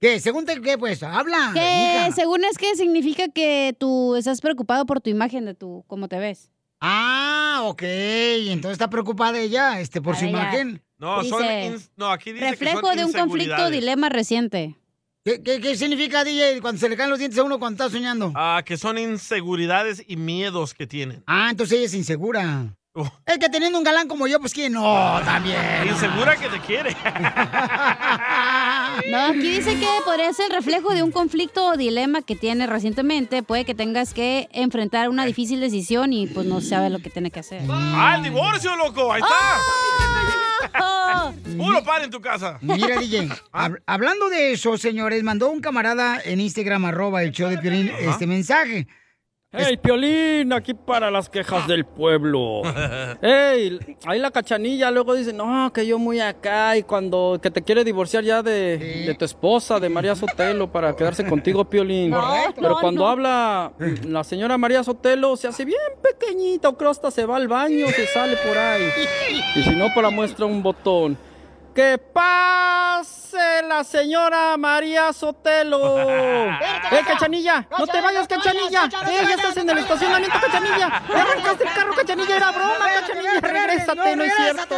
¿Qué? ¿Según te qué, pues? Habla. Que mija. según es que significa que tú estás preocupado por tu imagen de tu, cómo te ves. Ah, ok. Entonces está preocupada ella, este, por su Ahora ya. imagen. No, son Dice, ins- no, aquí dice que son Reflejo de un conflicto o inseguridades. dilema reciente. ¿Qué, qué, qué significa, DJ, cuando se le caen los dientes a uno cuando está soñando? Ah, que son inseguridades y miedos que tienen. Oh. Ah, entonces ella es insegura. Es que teniendo un galán como yo, pues que no, también. Insegura que te quiere. No, aquí dice que podría ser el reflejo de un conflicto o dilema que tienes recientemente. Puede que tengas que enfrentar una difícil decisión y pues no sabe lo que tiene que hacer. ¡Ah, el divorcio, loco! ¡Ahí Ah. está! ¡Puro par en tu casa! Mira, DJ, [laughs] Ah. hab- hablando de eso, señores, mandó un camarada en Instagram, arroba el show de Piolín, este mensaje. ¡Hey, Piolín! Aquí para las quejas [laughs] del pueblo. ¡Hey! Ahí la cachanilla luego dice, no, que yo muy acá y cuando que te quiere divorciar ya de, de tu esposa, de María Sotelo, para quedarse contigo, Piolín. No, Pero no, cuando no. habla la señora María Sotelo, se hace bien pequeñita o creo hasta se va al baño, se sale por ahí. Y si no, para muestra un botón. ¡Que pase la señora [laughs] María Sotelo! ¡Eh, Cachanilla! ¡No te vayas, Cachanilla! ¡Eh, ya estás en el estacionamiento, Cachanilla! ¡Te arrancaste el carro, Cachanilla! ¡Era broma, Cachanilla! ¡Regrésate, no es cierto!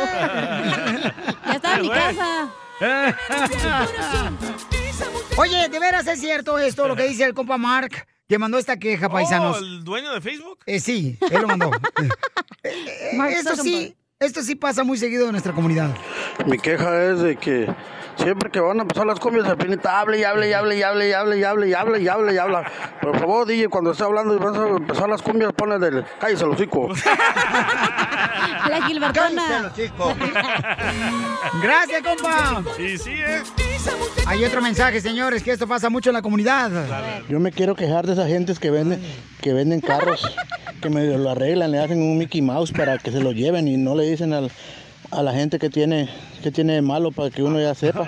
Ya está en mi casa. Oye, de veras es cierto esto, lo que dice el compa Mark, que mandó esta queja, Oh, paisanos. ¿El dueño de Facebook? Eh, sí, él lo mandó. Eh, eh, Mark esto sí, esto sí pasa muy seguido en nuestra comunidad. Mi queja es de que siempre que van a empezar las comidas, al pinita hable y hable y hable y hable y hable y hable y hable y hable y habla. Por favor, DJ, cuando esté hablando y vas a empezar las cumbias, pone del cállese el hocico. La Gilbertona. [laughs] Gracias, compa. Y sí, eh. Hay otro mensaje, señores, que esto pasa mucho en la comunidad. Yo me quiero quejar de esas gentes que venden, que venden carros, que medio lo arreglan, le hacen un Mickey Mouse para que se lo lleven y no le dicen al- a la gente que tiene, que tiene de malo para que uno ya sepa.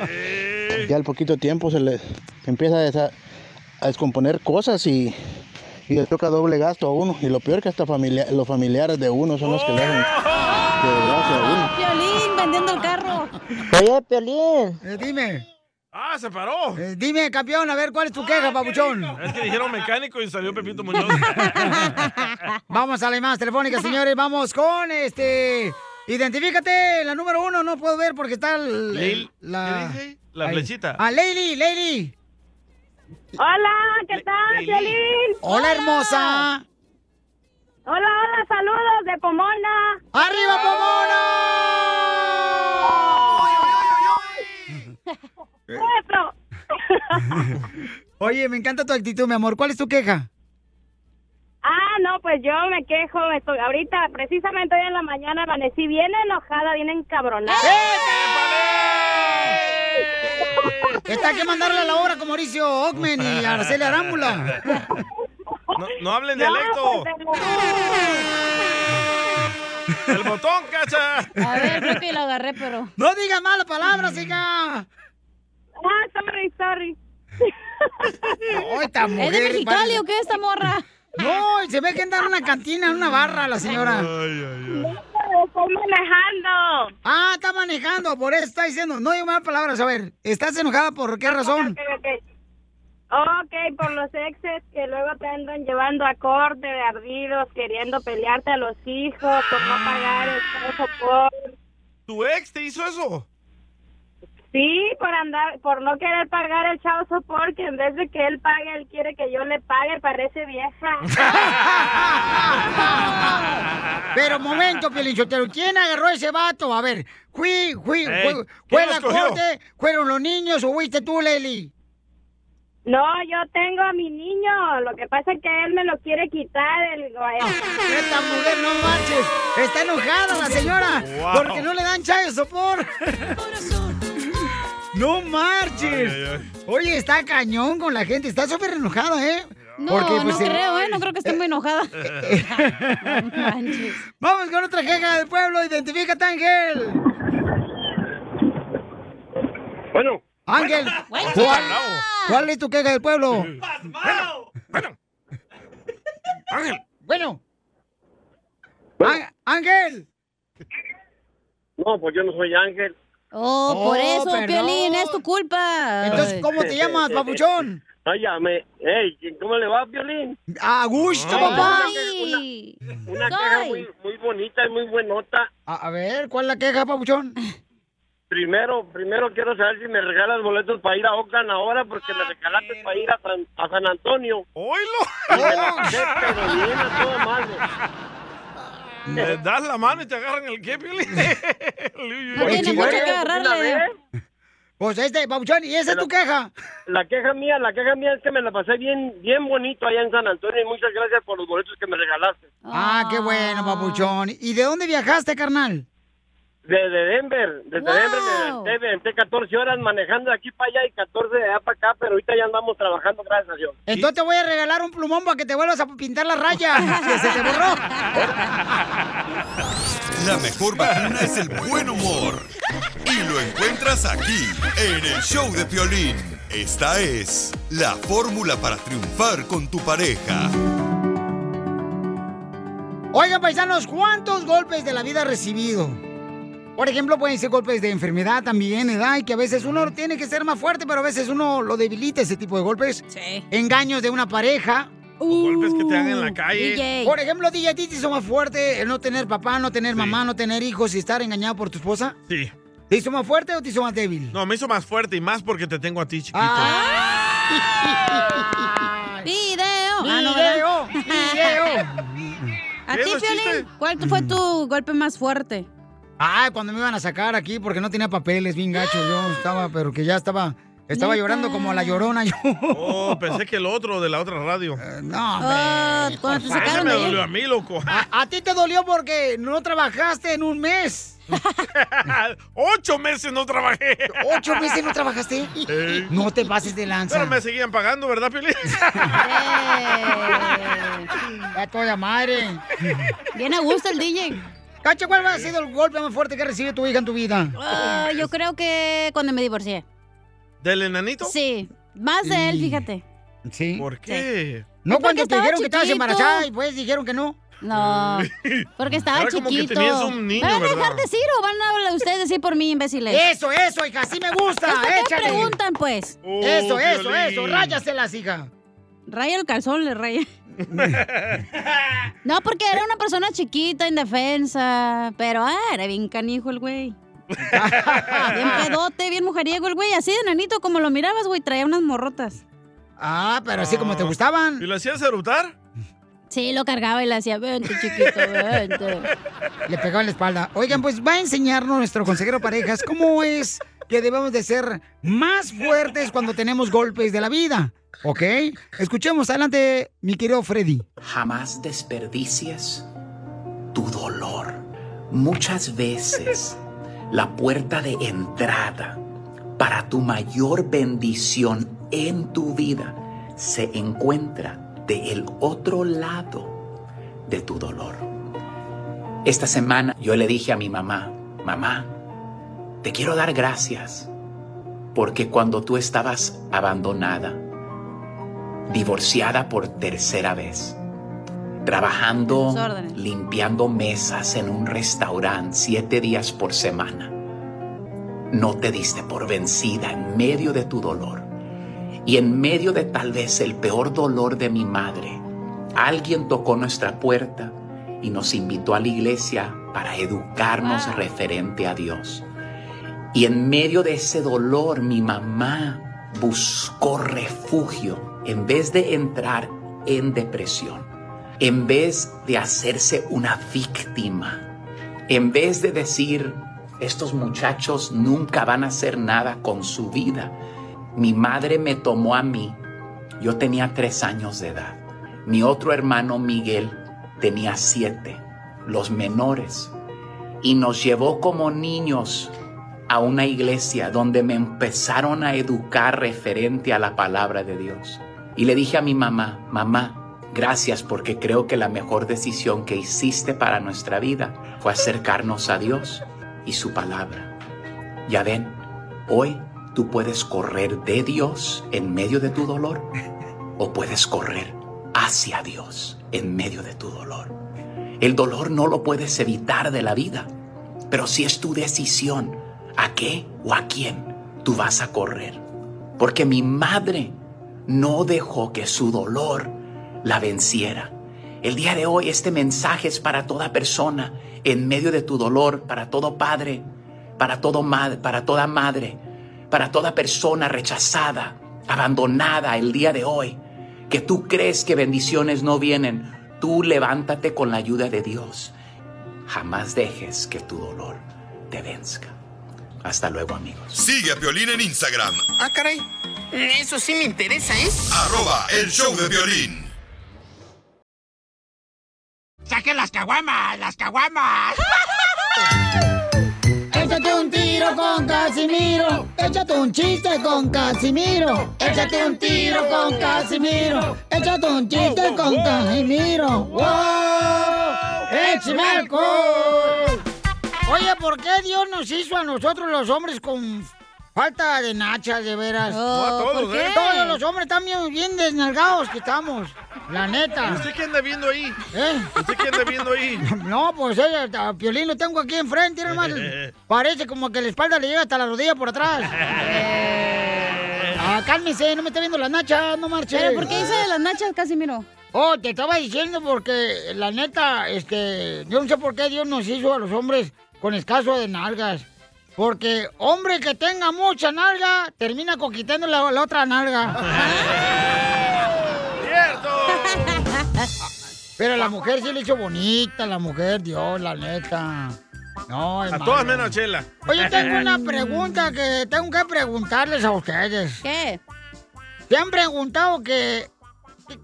Ya al poquito tiempo se les empieza a, desa- a descomponer cosas y, y le toca doble gasto a uno. Y lo peor que hasta familia- los familiares de uno son los que le hacen de desgracia a uno. Piolín vendiendo el carro. Oye, Piolín. Eh, dime. Eh, Ah, se paró. dime, campeón, a ver cuál es tu queja, papuchón. Es que dijeron mecánico y salió Pepito [laughs] Muñoz. Vamos a las llamadas telefónicas, señores. Vamos con este. Identifícate, la número uno, no puedo ver porque está el- Leil- la. ¿Qué dije? La Ahí. flechita. Ah, Leili, Leili. Hola, ¿qué tal, Piolín? Hola, hermosa. [laughs] Hola, hola, saludos de Pomona. ¡Arriba, Pomona! Oye, me encanta tu actitud, mi amor. ¿Cuál es tu queja? Ah, no, pues yo me quejo. me estoy- ahorita, precisamente hoy en la mañana, amanecí bien enojada, bien encabronada. Está que mandarle a la obra con Mauricio Ockman y Araceli Arámbula. No, no hablen No, dialecto. pues, El botón, cacha. A ver, Pepe, lo agarré, pero... ¡No digas malas palabras, hija! Ah, sorry, sorry. esta ¿Es mujer, de Mexicali vale. o qué esta morra? No, se ve que anda en una cantina, en una barra, la señora. Estoy manejando. Ah, está manejando, por eso está diciendo. No digo malas palabras, a ver. ¿Estás enojada por qué razón? Ok, por los exes que luego te andan llevando a corte de ardidos, queriendo pelearte a los hijos por no pagar el por... ¿Tu ex te hizo eso? Sí, por andar, por no querer pagar el chavo sopor, que en vez de que él pague, él quiere que yo le pague, parece vieja. Pero momento, Pielinchotero, ¿quién agarró ese vato? A ver, fui, fui, Ey, fue, ¿quién fue los la cogió? corte, fueron los niños o fuiste tú, Leli. No, yo tengo a mi niño, lo que pasa es que él me lo quiere quitar. El... Esta mujer no marches, está enojada la señora, Wow. porque no le dan chavo sopor. No marches. Oye, está cañón con la gente, está súper enojada, ¿eh? No, Porque, no pues, eh, creo, ¿eh? No creo que esté muy enojada. Vamos con otra queja del pueblo. Identifícate, Ángel. Bueno. Ángel, Bueno. ¿cuál, cuál es tu queja del pueblo? Ángel. Bueno. Á- Ángel. No, pues yo no soy Ángel. Oh, por eso, perdón. Piolín, es tu culpa. Entonces, ¿Cómo te [laughs] llamas, papuchón? Ay, Ah, ya me... Ey, ¿cómo le va, Violín? A gusto, papá. Una queja muy, muy bonita y muy buenota. A, a ver, ¿cuál es la queja, papuchón? Primero, primero quiero saber si me regalas boletos para ir a Oakland ahora, porque me regalaste para ir a San, a San Antonio. ¡Oilo! Y me la pasé, pero bien a todo mal. Le das la mano y te agarran el qué, Piolín. No tiene mucho que agarrarle. Pues este, papuchón, ¿y esa es tu queja? La queja mía, la queja mía es que me la pasé bien, bien bonito allá en San Antonio y muchas gracias por los boletos que me regalaste. Ah, qué bueno, papuchón. ¿Y de dónde viajaste, carnal? Desde Denver, desde Denver me aventé, me aventé 14 horas manejando de aquí para allá y 14 de allá para acá, pero ahorita ya andamos trabajando, gracias a Dios. Entonces te voy a regalar un plumón para que te vuelvas a pintar la raya. que se te borró. La mejor vacuna es el buen humor. Y lo encuentras aquí, en el show de Piolín. Esta es la fórmula para triunfar con tu pareja. Oigan, paisanos, ¿cuántos golpes de la vida has recibido? Por ejemplo, pueden ser golpes de enfermedad también, edad, y que a veces uno tiene que ser más fuerte, pero a veces uno lo debilita ese tipo de golpes. Sí. Engaños de una pareja. golpes que te dan en la calle. DJ. Por ejemplo, DJ, ¿a ti te hizo más fuerte el no tener papá, no tener mamá, no tener hijos y estar engañado por tu esposa? Sí. ¿Te hizo más fuerte o te hizo más débil? No, me hizo más fuerte y más porque te tengo a ti, chiquito. Ah, Video. Ah, no, Video, ¿verdad? ¿A ti, ¿Ves los Piolín? chistes? ¿Cuál fue tu golpe más fuerte? Ah, cuando me iban a sacar aquí porque no tenía papeles, bien gacho. Yo estaba, pero que ya estaba, estaba Neta. llorando como la llorona yo. Oh, pensé que el otro de la otra radio. Eh, no, hombre. Ah, cuando te Ese sacaron me de- dolió a mí, loco. A, a ti te dolió porque no trabajaste en un mes. Ocho meses no trabajé. ¿Ocho meses no trabajaste? Ey. No te pases de lanza. Pero me seguían pagando, ¿verdad, Piolín? [laughs] Ya toda madre. Bien a gusto el DJ. Cacho, ¿cuál ha sido el golpe más fuerte que recibe tu hija en tu vida? Ah, yo creo que cuando me divorcié. ¿Del enanito? Sí, más de él, Y- fíjate. Sí. ¿Por qué? No Porque cuando te estaba dijeron que estabas chiquito. embarazada y pues dijeron que no. No, [laughs] porque estaba Era como chiquito. que tenías un niño, ¿Me van a dejar ¿verdad? decir o van a hablar ustedes decir por mí, imbéciles? Eso, eso, hija, así me gusta, ¿Es por qué échale. preguntan, pues? eso, eso, eso. Ráyaselas, hija. Raya el calzón, le raya. No, porque era una persona chiquita, indefensa. Pero, ah, era bien canijo el [laughs] güey. bien pedote, bien mujeriego el güey. Así de nanito, como lo mirabas, güey, traía unas morrotas. Ah, pero así como te gustaban. ¿Y lo hacías erutar? Sí, lo cargaba y le hacía, vente, chiquito, vente. [laughs] Le pegaba en la espalda. Oigan, pues va a enseñarnos nuestro consejero parejas cómo es que debemos de ser más fuertes cuando tenemos golpes de la vida. ¿Ok? Escuchemos, adelante, mi querido Freddy. Jamás desperdicies tu dolor. Muchas veces la puerta de entrada para tu mayor bendición en tu vida se encuentra del otro lado de tu dolor. Esta semana yo le dije a mi mamá, mamá, te quiero dar gracias porque cuando tú estabas abandonada, divorciada por tercera vez, trabajando, Desórdenes. limpiando mesas en un restaurante siete días por semana, no te diste por vencida en medio de tu dolor. Y en medio de tal vez el peor dolor de mi madre, alguien tocó nuestra puerta y nos invitó a la iglesia para educarnos referente a Dios. Y en medio de ese dolor, mi mamá buscó refugio en vez de entrar en depresión, en vez de hacerse una víctima, en vez de decir, estos muchachos nunca van a hacer nada con su vida. Mi madre me tomó a mí, yo tenía tres años de edad. Mi otro hermano Miguel tenía siete, los menores, y nos llevó como niños a una iglesia donde me empezaron a educar referente a la palabra de Dios. Y le dije a mi mamá, mamá, gracias porque creo que la mejor decisión que hiciste para nuestra vida fue acercarnos a Dios y su palabra. Ya ven, hoy tú puedes correr de Dios en medio de tu dolor o puedes correr hacia Dios en medio de tu dolor. El dolor no lo puedes evitar de la vida, pero si es tu decisión a qué o a quién tú vas a correr. Porque mi madre no dejó que su dolor la venciera. El día de hoy este mensaje es para toda persona en medio de tu dolor, para todo padre, para todo madre, para toda madre, para toda persona rechazada, abandonada el día de hoy, que tú crees que bendiciones no vienen, tú levántate con la ayuda de Dios. Jamás dejes que tu dolor te venzca. Hasta luego, amigos. Sigue a Piolín en Instagram, Ah, caray. Eso sí me interesa, ¿eh? arroba el show de violín. ¡Saquen las caguamas! ¡Las [laughs] caguamas! Échate un tiro con Casimiro. Échate un chiste con Casimiro. Échate un tiro con Casimiro. Échate un chiste con Casimiro. ¡Wow! ¡Échame alcohol! Oye, ¿por qué Dios nos hizo a nosotros los hombres con falta de nachas, de veras? No, a todos, ¿por ¿eh? qué? Todos los hombres Pues, están bien, bien desnalgados que estamos. La neta. ¿Y usted qué anda viendo ahí? ¿Eh? ¿Usted qué anda viendo ahí? [laughs] No, pues eh, a Piolín lo tengo aquí enfrente, mira [laughs] nomás. Parece como que la espalda le llega hasta la rodilla por atrás. Ah, cálmese, no me está viendo las nachas, no marche. ¿Pero por qué hizo de las nachas, Casimiro? Oh, te estaba diciendo porque, la neta, este, yo no sé por qué Dios nos hizo a los hombres con escaso de nalgas. Porque hombre que tenga mucha nalga, termina coquitando la, la [laughs] otra nalga. [laughs] Pero la mujer sí le hizo bonita, la mujer, Dios, la neta. No, A hermano. todas menos a Chela. Oye, tengo [laughs] una pregunta que tengo que preguntarles a ustedes. ¿Qué? ¿Te han preguntado que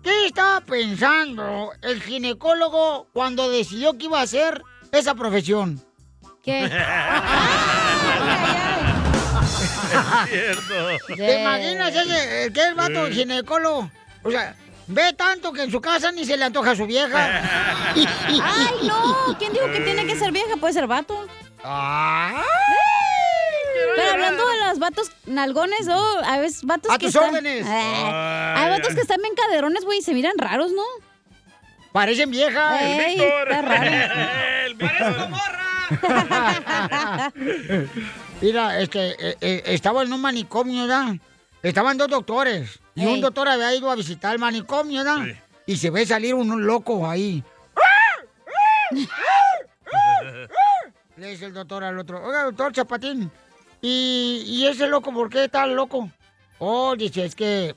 qué estaba pensando el ginecólogo cuando decidió que iba a hacer esa profesión? ¿Qué? [laughs] cierto. [laughs] ¿Te imaginas ese, eh, que el vato Sí. ginecólogo? O sea, ve tanto que en su casa ni se le antoja a su vieja. [laughs] ¡Ay, no! ¿Quién dijo que tiene que ser vieja? Puede ser vato. Pero hablando de los vatos nalgones, oh, a veces vatos ¡A que tus están- órdenes! Ah, Hay vatos que están bien caderones, güey, y se miran raros, ¿no? Parecen viejas. Ey, está raro. Mira, este, eh, eh, estaba en un manicomio, ¿verdad? Estaban dos doctores. Y un doctor había ido a visitar el manicomio, ¿verdad? Y se ve salir un loco ahí. [laughs] Le dice el doctor al otro, oiga, doctor Chapatín, ¿y, y ese loco por qué está loco? Oh, dice, es que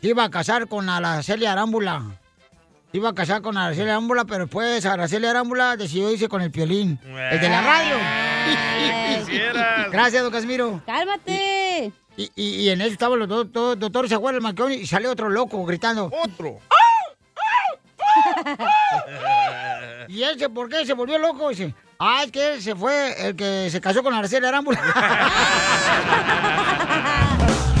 se iba a casar con Araceli Arámbula. Se iba a casar con Araceli Arámbula, pero después Araceli Arámbula decidió irse con el piolín, el de la radio. [laughs] Gracias, don Casimiro. ¡Cálmate! Y, y, y en eso estaban los dos dos doctores, se acuerdan del manicomio y sale otro loco gritando. ¡Otro! [laughs] ¿Y ese por qué se volvió loco? Dice, ah, es que se fue el que se casó con Araceli Arámbula. [laughs] [laughs]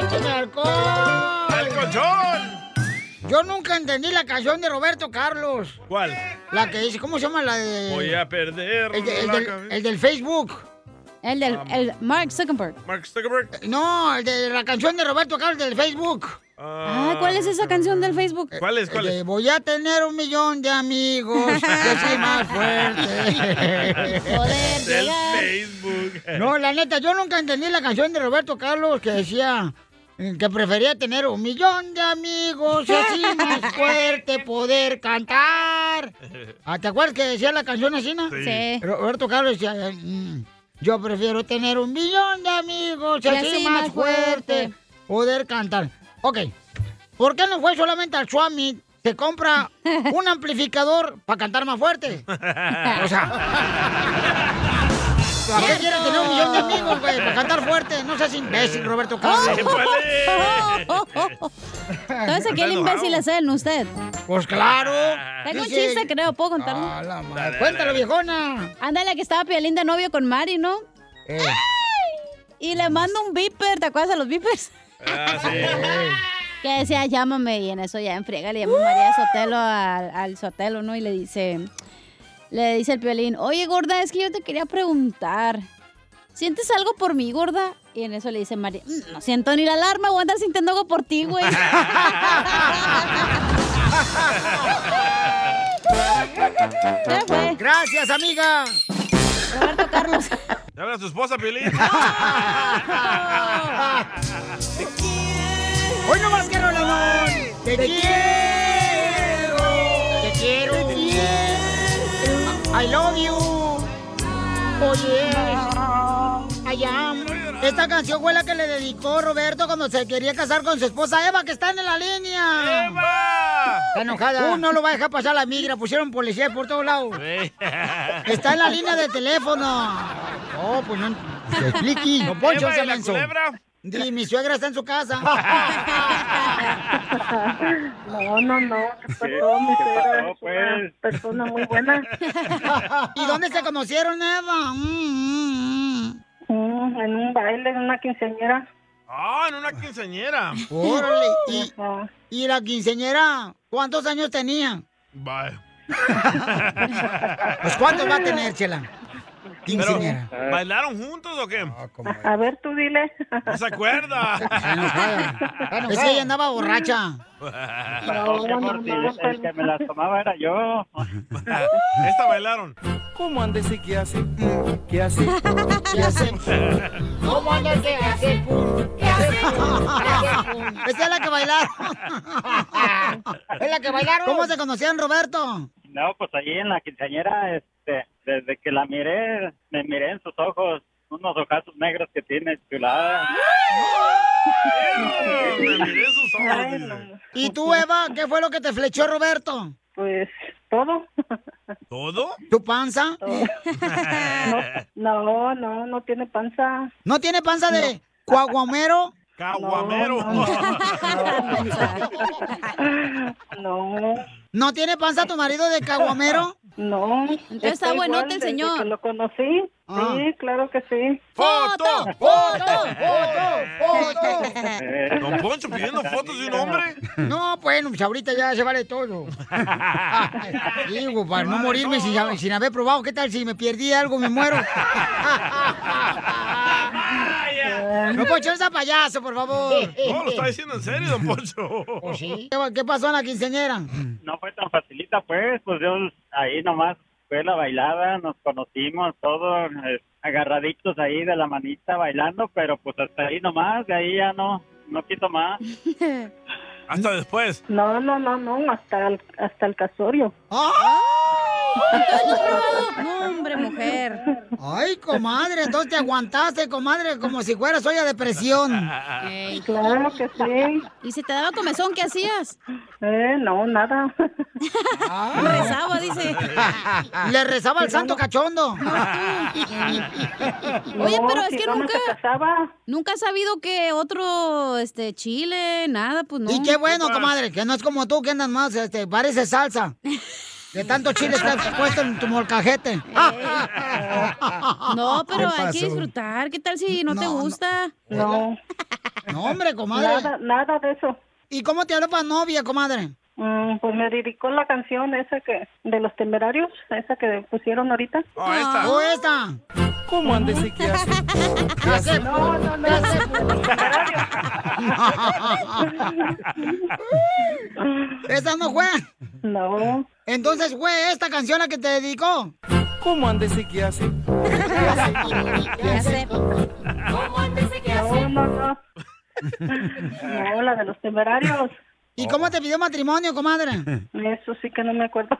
¡Écheme alcohol! ¡Al colchón! Yo nunca entendí la canción de Roberto Carlos. ¿Cuál? La que dice, ¿cómo se llama la de...? Voy a perder. El, de- el la del, cabeza. el del Facebook. El del el Mark Zuckerberg. Ah, Mark Zuckerberg. Eh, No, el de la canción de Roberto Carlos del Facebook. Ah, ¿cuál es esa canción del Facebook? Eh, ¿Cuál es? ¿Cuál El de, es? Voy a tener un millón de amigos. [laughs] Yo soy [laughs] Ah, más fuerte. Poder Del Facebook. Eh. No, la neta, yo nunca entendí la canción de Roberto Carlos que decía, eh, que prefería tener un millón de amigos y así [laughs] más fuerte poder cantar. Ah, ¿Te acuerdas que decía la canción así, no? Sí. Sí. Roberto Carlos decía, mm, yo prefiero tener un millón de amigos y, Y así, así más, más fuerte, fuerte. poder cantar. Ok, ¿por qué no fue solamente al Swami? [laughs] Se compra un amplificador para cantar más fuerte. O sea... ¿Para qué quieres tener un millón de amigos, güey? Para cantar fuerte. No seas imbécil, Oh. Roberto Carlos. [laughs] Entonces aquí el imbécil es él, no usted. [laughs] Pues claro. Tengo un Dice- chiste, creo, ¿puedo contarlo? Dale, Cuéntalo, viejona. Ándale, que estaba Piolín de novio con Mari, ¿no? ¡Ay! Y le mando un beeper, ¿te acuerdas de los beepers? Ah, que decía, llámame, y en eso ya en friega le llamó María Sotelo al, al Sotelo, ¿no? Y le dice, le dice el Piolín, oye, gorda, es que yo te quería preguntar, ¿sientes algo por mí, gorda? Y en eso le dice María, "Mm, no siento ni la alarma, voy a andar sintiendo algo por [laughs] ti, güey. Gracias, amiga. Roberto Carlos. Ya habla tu esposa, Piolín. [laughs] Hoy no más quiero el amor. Te quiero. Te quiero. I love you. Oh yes. I am. Esta canción fue la que le dedicó Roberto cuando se quería casar con su esposa Eva, que está en la línea. ¡Eva! Está enojada. Uh, no lo va a dejar pasar la migra. Pusieron policía por todos lados. [laughs] Está en la línea de teléfono. Oh, pues no. [laughs] Se expliqui. No, Poncho, Eva, se ¿y la lanzó. culebra? Y mi suegra está en su casa. [laughs] No, no, no. ¿Qué pasó, mi ¿Qué suegra? pasó, es una pues? persona muy buena. [laughs] ¿Y dónde se conocieron, Eva? Mm, Mm, en un baile, en una quinceañera. Ah, en una quinceañera. Órale. ¿Y, y la quinceñera cuántos años tenía? Vaya. [laughs] Pues cuántos va a tener, Chela. Quinceañera. Ah, Pero, ¿Bailaron juntos o qué? [laughs] A ver, tú dile. No se acuerda. Es que ella andaba borracha. No, no, no, no, el que me las tomaba era [laughs] yo. Esta bailaron. ¿Cómo anda ese que hace? Mm, ¿Qué [laughs] hace? ¿Qué hace? ¿Cómo anda ese que hace pum? ¿Qué hace pum? ¿Qué hace pum? Esa es la que bailaron. [laughs] es la que bailaron. ¿Cómo se conocían, Roberto? No, pues allí en la quinceañera, este, desde que la miré, me miré en sus ojos, unos ojazos negros que tiene, [laughs] chulada. ¿Y tú, Eva, qué fue lo que te flechó, Roberto? Pues todo. [laughs] ¿Todo? ¿Tu panza? [laughs] No, no, no tiene panza. ¿No tiene panza de cuaguamero? Caguamero. [laughs] No. ¿No tiene panza tu marido de caguamero? No. Entonces está buenote el señor. Que lo conocí. Ah. Sí, claro que sí. ¡Foto! ¡Foto! ¡Foto! Don Poncho pidiendo fotos de un hombre. No, bueno, pues ahorita ya se vale [laughs] todo. Digo, para no morirme sin, sin haber probado, ¿qué tal si me perdí algo, me [laughs] muero? No, Poncho, esa payaso, por favor. No, lo está diciendo en serio, don Poncho. ¿Qué- ¿Qué pasó en la quinceañera? Mm. No fue tan facilita, pues, pues yo ahí nomás fue la bailada, nos conocimos todos eh, agarraditos ahí de la manita bailando, pero pues hasta ahí nomás, de ahí ya no, no quito más. Hasta después. No, no, no, no, hasta el, hasta el casorio. Ah. No, hombre, mujer. Ay, comadre, entonces te aguantaste, comadre, como si fueras olla de presión. Claro que sí. ¿Y si te daba comezón, qué hacías? Eh, no, nada. Rezaba, dice. Le rezaba al santo [laughs] cachondo. Oye, No, pero es si que no, no nunca. se casaba. Nunca has sabido que otro, este, chile, nada, pues no. Y qué bueno, comadre, que no es como tú que andas más, este, parece salsa. De tanto chile está puesto en tu molcajete. No, pero hay ¿Qué que pasó? disfrutar. ¿Qué tal si no, te gusta? No. No, hombre, comadre. Nada, nada de eso. ¿Y cómo te habló para novia, comadre? Mm, pues me dedicó la canción esa que de los temerarios, esa que pusieron ahorita. Ah, esta. Oh, esta. ¿Cómo andes y qué hace? No, no, no. ¿Esa no fue? No. Entonces fue esta canción la que te dedicó. ¿Cómo andes y qué hace? No, no, no. No, la de los temerarios. ¿Y cómo te pidió matrimonio, comadre? Eso sí que no me acuerdo.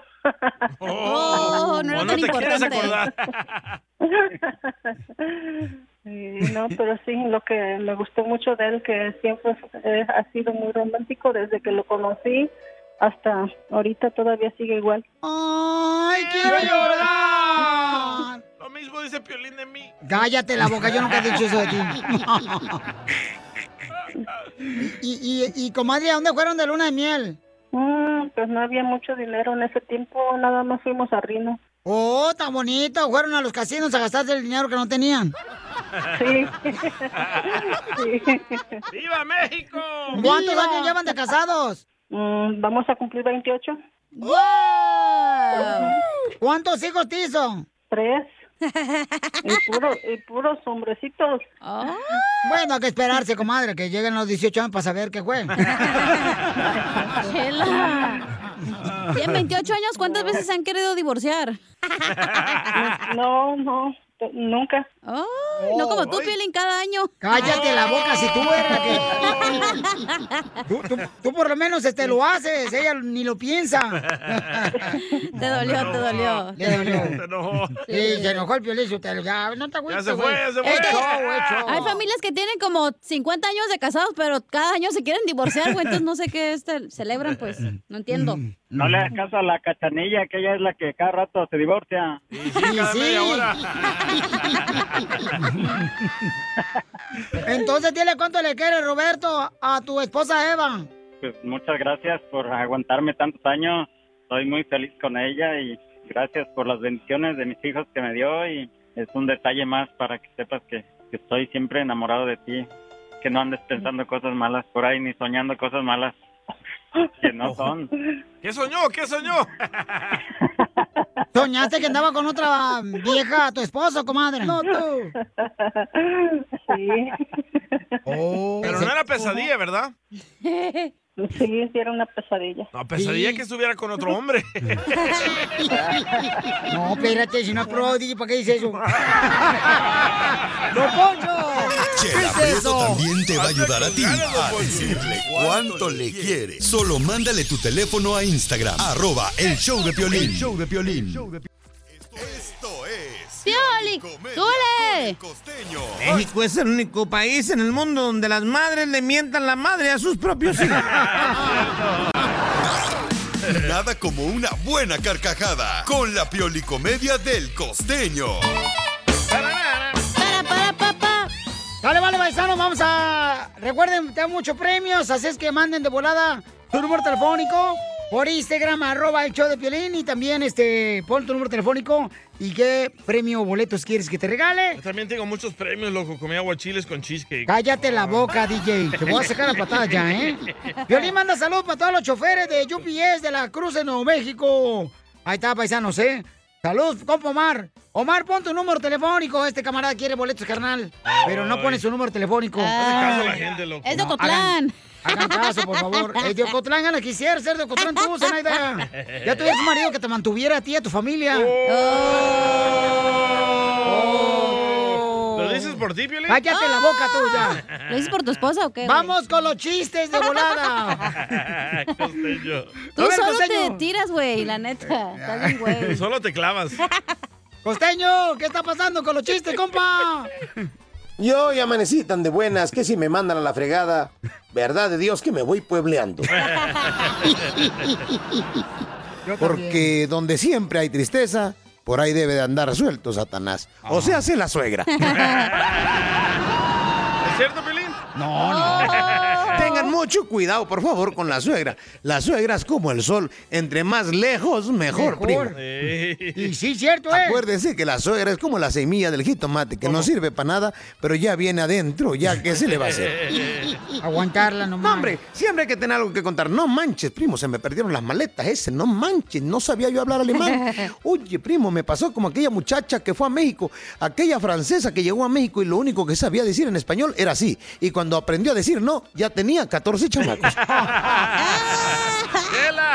Oh, no era tan importante. Sí, no, pero sí, lo que me gustó mucho de él, que siempre eh, ha sido muy romántico desde que lo conocí hasta ahorita todavía sigue igual. ¡Ay, quiero llorar! Lo mismo dice Piolín de mí. Cállate [laughs] la boca, yo nunca he dicho eso de ti. [laughs] y, y, y, comadre, ¿a dónde fueron de luna de miel? Mm, pues no había mucho dinero en ese tiempo, nada más fuimos a Rino. Oh, tan bonito. Fueron a los casinos a gastarse el dinero que no tenían. Sí. [laughs] ¡Viva México! ¿Cuántos años llevan de casados? Mm, Vamos a cumplir 28. ¡Wow! ¿Cuántos hijos te hizo? [laughs] Tres. Y, puro, y puros hombrecitos. Ah. Bueno, hay que esperarse, comadre, que lleguen los 18 años para saber qué fue. Chela. Y en 28 años, ¿cuántas veces se han querido divorciar? No, no, t- nunca. no como tú, Piolín, cada año. Cállate la boca si tú eres la que... Tú, tú- tú por lo menos este, lo haces, ella ni [laughs] lo piensa. Te dolió, te dolió. Le dolió. Te enojó. Sí, se enojó el Piolín Sotelo, Ya, no te agüites, se fue, güey. Este, ya ah, se Es fue. show, es show. Hay familias que tienen como 50 años de casados, pero cada año se quieren divorciar, güey. Entonces no sé qué este, celebran, pues. No entiendo. Mm. No le hagas caso a la cachanilla, que ella es la que cada rato se divorcia. Y sí. Entonces dile cuánto le quieres, Roberto, a tu esposa Eva. Pues muchas gracias por aguantarme tantos años. Estoy muy feliz con ella y gracias por las bendiciones de mis hijos que me dio y es un detalle más para que sepas que, que estoy siempre enamorado de ti, que no andes pensando cosas malas por ahí ni soñando cosas malas que [laughs] no son. ¿Qué soñó? ¿Qué soñó? ¿Soñaste que andaba con otra vieja tu esposo, comadre? No, [laughs] tú. Sí. Oh. Pero no era pesadilla, ¿verdad? Sí, sí, era una pesadilla. No, pues pesadilla Sí. que estuviera con otro hombre. [laughs] No, espérate, si no es pro, DJ, ¿para qué dice eso? ¡Lo poncho! ¿Qué Chela es Prieto eso? también te va a ayudar a ti a decirle cuánto le quiere. Solo mándale tu teléfono a Instagram, arroba el show de Piolín. El show de Piolín. ¡Pioli! ¡Tule! México es el único país en el mundo donde las madres le mientan la madre a sus propios hijos. [laughs] Nada como una buena carcajada con la piolicomedia del costeño. ¡Para, para, papá! Dale, vale, paisano, vamos a... Recuerden, tengo muchos premios, así es que manden de volada tu número telefónico por Instagram, arroba el show de Piolín, y también, este, pon tu número telefónico y qué premio o boletos quieres que te regale. Yo también tengo muchos premios, loco. Comí aguachiles con cheesecake. Cállate la boca, DJ. Te voy a sacar la patada ya, [laughs] ¿eh? Violín manda salud para todos los choferes de UPS de la Cruz de Nuevo México. Ahí está, paisanos, ¿eh? Salud, compa Omar. Omar, pon tu número telefónico. Este camarada quiere boletos, carnal. Pero no pone su número telefónico. Caso a la gente, loco. No, Hagan, hagan caso, por favor. Es de Ocotlán, Ana, quisiera ser de Ocotlán tú, Zenaida. Ya tuvieras un marido que te mantuviera a ti y a tu familia. Oh. Oh. ¿Lo dices por ti, Piolín? ¡Ah! Cállate la boca tú ya. ¿Lo dices por tu esposa o qué? Vamos con los chistes de volada. Costeño. Tú solo te tiras, güey, la [laughs] neta. Estás bien, güey. Pues. Solo te clavas. Costeño, ¿qué está pasando con los chistes, compa? Yo hoy amanecí tan de buenas que si me mandan a la fregada, verdad de Dios que me voy puebleando. Porque donde siempre hay tristeza, por ahí debe de andar suelto Satanás. O sea, hace [laughs] la suegra. ¿Es cierto, Piolín? No, no. Tengan mucho cuidado, por favor, con la suegra. La suegra es como el sol. Entre más lejos, mejor, primo. Y sí, cierto, ¿eh? Acuérdese que la suegra es como la semilla del jitomate, que no sirve para nada, pero ya viene adentro, ya que se le va a hacer. [laughs] Aguantarla nomás. No, hombre, siempre hay que tener algo que contar. No manches, primo, se me perdieron las maletas ese. No manches, no sabía yo [laughs] hablar alemán. Oye, primo, me pasó como aquella muchacha que fue a México, aquella francesa que llegó a México y lo único que sabía decir en español era sí. Y cuando aprendió a decir no, ya tenía 14 chamacos.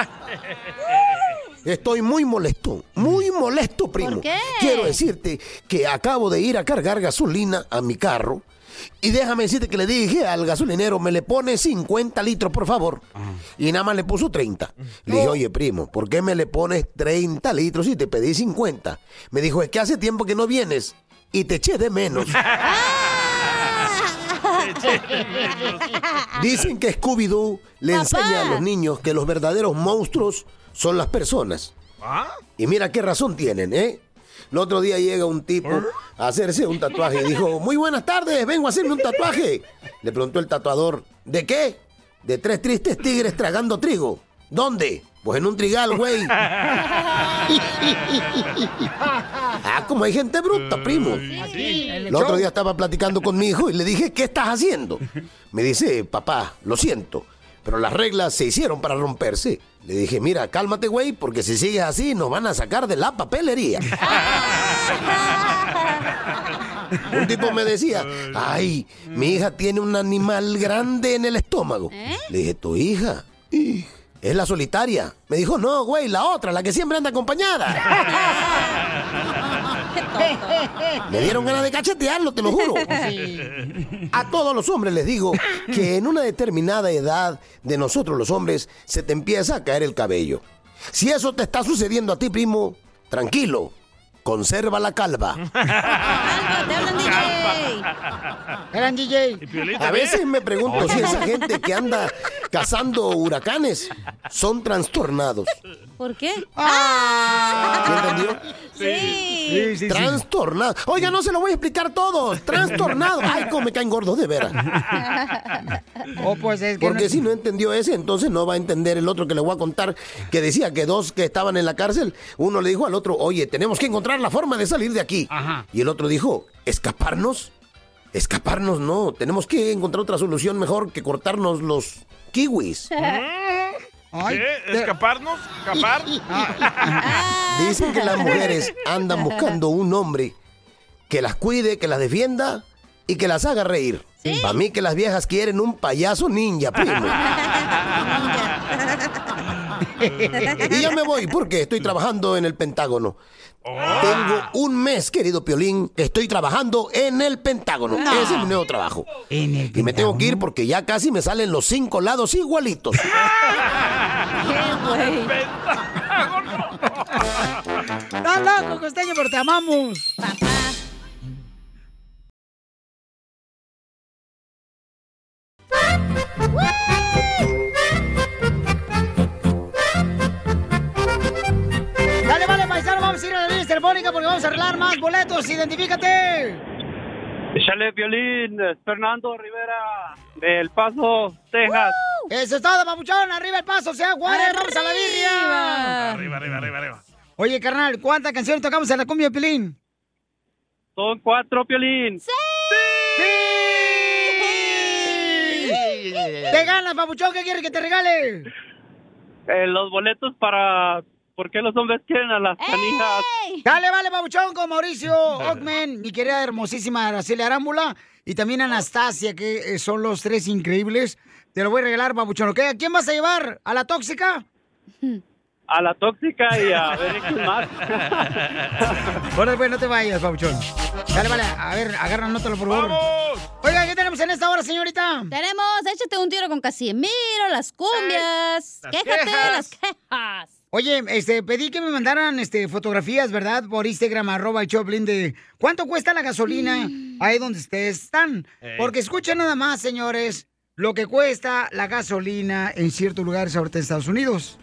[laughs] Estoy muy molesto, muy molesto, primo. qué? Quiero decirte que acabo de ir a cargar gasolina a mi carro Y déjame decirte que le dije al gasolinero, me le pone 50 litros, por favor. Y nada más le puso 30. Le dije, oye, primo, ¿por qué me le pones 30 litros si te pedí 50? Me dijo, es que hace tiempo que no vienes y te eché de menos. Dicen que Scooby-Doo le Papá. enseña a los niños que los verdaderos monstruos son las personas. Y mira qué razón tienen, ¿eh? El otro día llega un tipo a hacerse un tatuaje y dijo, muy buenas tardes, vengo a hacerme un tatuaje. Le preguntó el tatuador, ¿de qué? De tres tristes tigres tragando trigo. ¿Dónde? Pues en un trigal, güey. ah, como hay gente bruta, primo. El otro día estaba platicando con mi hijo y le dije, ¿qué estás haciendo? Me dice, papá, lo siento, pero las reglas se hicieron para romperse. Le dije, mira, cálmate, güey, porque si sigues así nos van a sacar de la papelería. Un tipo me decía, ay, mi hija tiene un animal grande en el estómago. Le dije, ¿tu hija? Es la solitaria. Me dijo, no, güey, la otra, la que siempre anda acompañada. [laughs] Me dieron ganas de cachetearlo, te lo juro. A todos los hombres les digo que en una determinada edad de nosotros los hombres se te empieza a caer el cabello. Si eso te está sucediendo a ti, primo, tranquilo, conserva la calva. Gran DJ. A veces me pregunto si esa gente que anda cazando huracanes son trastornados. ¿Por qué? Ah. Ah. [laughs] Sí, sí, sí. Trastornado. Oiga, no se lo voy a explicar todo. Trastornado. Ay, cómo me caen gordos de veras. Oh, Porque si pues no entendió ese, entonces no va a entender el otro que le voy a contar, que decía que dos que estaban en la cárcel, uno le dijo al otro, oye, tenemos que encontrar la forma de salir de aquí. Y el otro dijo, ¿escaparnos? Escaparnos no, tenemos que encontrar otra solución mejor que cortarnos los kiwis. Ay, ¿Qué? ¿Escaparnos? ¿Escapar? [laughs] Dicen que las mujeres andan buscando un hombre que las cuide, que las defienda y que las haga reír. Para mí que las viejas quieren un payaso ninja, primo. y ya me voy porque estoy trabajando en el Pentágono. Tengo un mes, querido Piolín, que estoy trabajando en el Pentágono. No. Ese es mi nuevo trabajo. y me tengo que ir porque ya casi me salen los cinco lados igualitos. ¡Estás loco, costeño, pero te amamos! Dale, vale, paisano, vamos a ir a la línea telefónica porque vamos a arreglar más boletos. ¡Identifícate! Échale violín, es Fernando Rivera, del Paso, Texas. Uh. Eso es todo, papuchón. Arriba el paso, sea Juárez, vamos a la birria. Arriba, arriba, arriba, arriba. Oye, carnal, ¿cuántas canciones tocamos en la cumbia de Pilín? Son cuatro, Piolín. ¡Te ganas, papuchón! ¿Qué quieres que te regale? Eh, los boletos para... ¿Por qué los hombres quieren a Eh. las canijas? Dale, vale, babuchón, con Mauricio Ockman, mi querida hermosísima Araceli Arámbula y también Anastasia, que eh, son los tres increíbles. Te lo voy a regalar, babuchón, ¿ok? ¿A quién vas a llevar? ¿A la tóxica? A la tóxica y a ver quién más. Bueno, pues no te vayas, babuchón. Dale, vale, a ver, agarra, anótalo, por favor. Oiga, ¿qué tenemos en esta hora, señorita? Tenemos, échate un tiro con Casimiro, las cumbias. Eh, Ay, las quéjate, quejas. las quejas. Oye, este, pedí que me mandaran este, fotografías, ¿verdad? Por Instagram, arroba el Choplin de cuánto cuesta la gasolina ahí donde ustedes están. Ey. Porque escuchen nada más, señores, lo que cuesta la gasolina en ciertos lugares ahorita en Estados Unidos.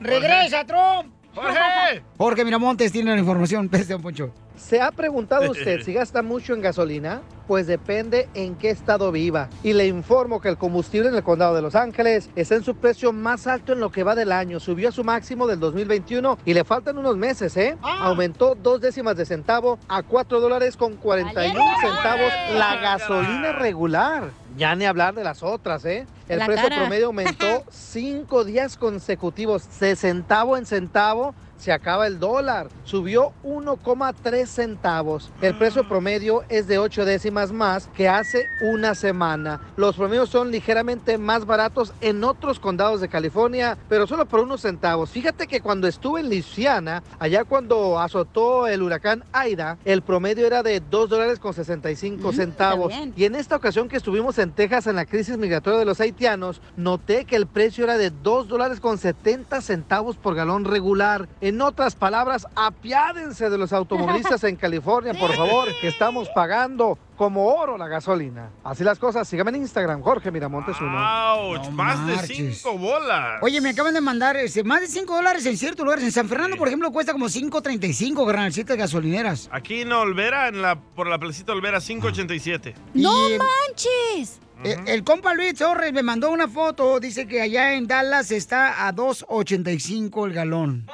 ¡Regresa, Trump! ¡Jorge! Jorge Miramontes tiene la información, [laughs] peste don Poncho. ¿Se ha preguntado usted si gasta mucho en gasolina? Pues depende en qué estado viva. Y le informo que el combustible en el condado de Los Ángeles está en su precio más alto en lo que va del año. Subió a su máximo del 2021 y le faltan unos meses, ¿eh? Ah. Aumentó dos décimas de centavo a 4 dólares con 41 centavos la gasolina regular. Ya ni hablar de las otras, ¿eh? El La precio cara. promedio aumentó cinco días consecutivos, de centavo en centavo. se acaba el dólar. Subió 1,3 centavos. El precio promedio es de 8 décimas más que hace una semana. Los promedios son ligeramente más baratos en otros condados de California, pero solo por unos centavos. Fíjate que cuando estuve en Luisiana, allá cuando azotó el huracán Aida, el promedio era de 2 dólares con 65 centavos. está bien. Y en esta ocasión que estuvimos en Texas en la crisis migratoria de los haitianos, noté que el precio era de 2 dólares con 70 centavos por galón regular. En otras palabras, apiádense de los automovilistas en California, por favor, que estamos pagando como oro la gasolina. Así las cosas, síganme en Instagram, Jorge Miramontes uno. Ouch, más de cinco bolas. Oye, me acaban de mandar este, más de 5 dólares en ciertos lugares. En San Fernando, por ejemplo, cuesta como 5.35 granalcitas gasolineras. Aquí en Olvera, en la, por la placita Olvera 587. ¡No manches! e, El, compa Luis Torres me mandó una foto. Dice que allá en Dallas está a 2.85 el galón.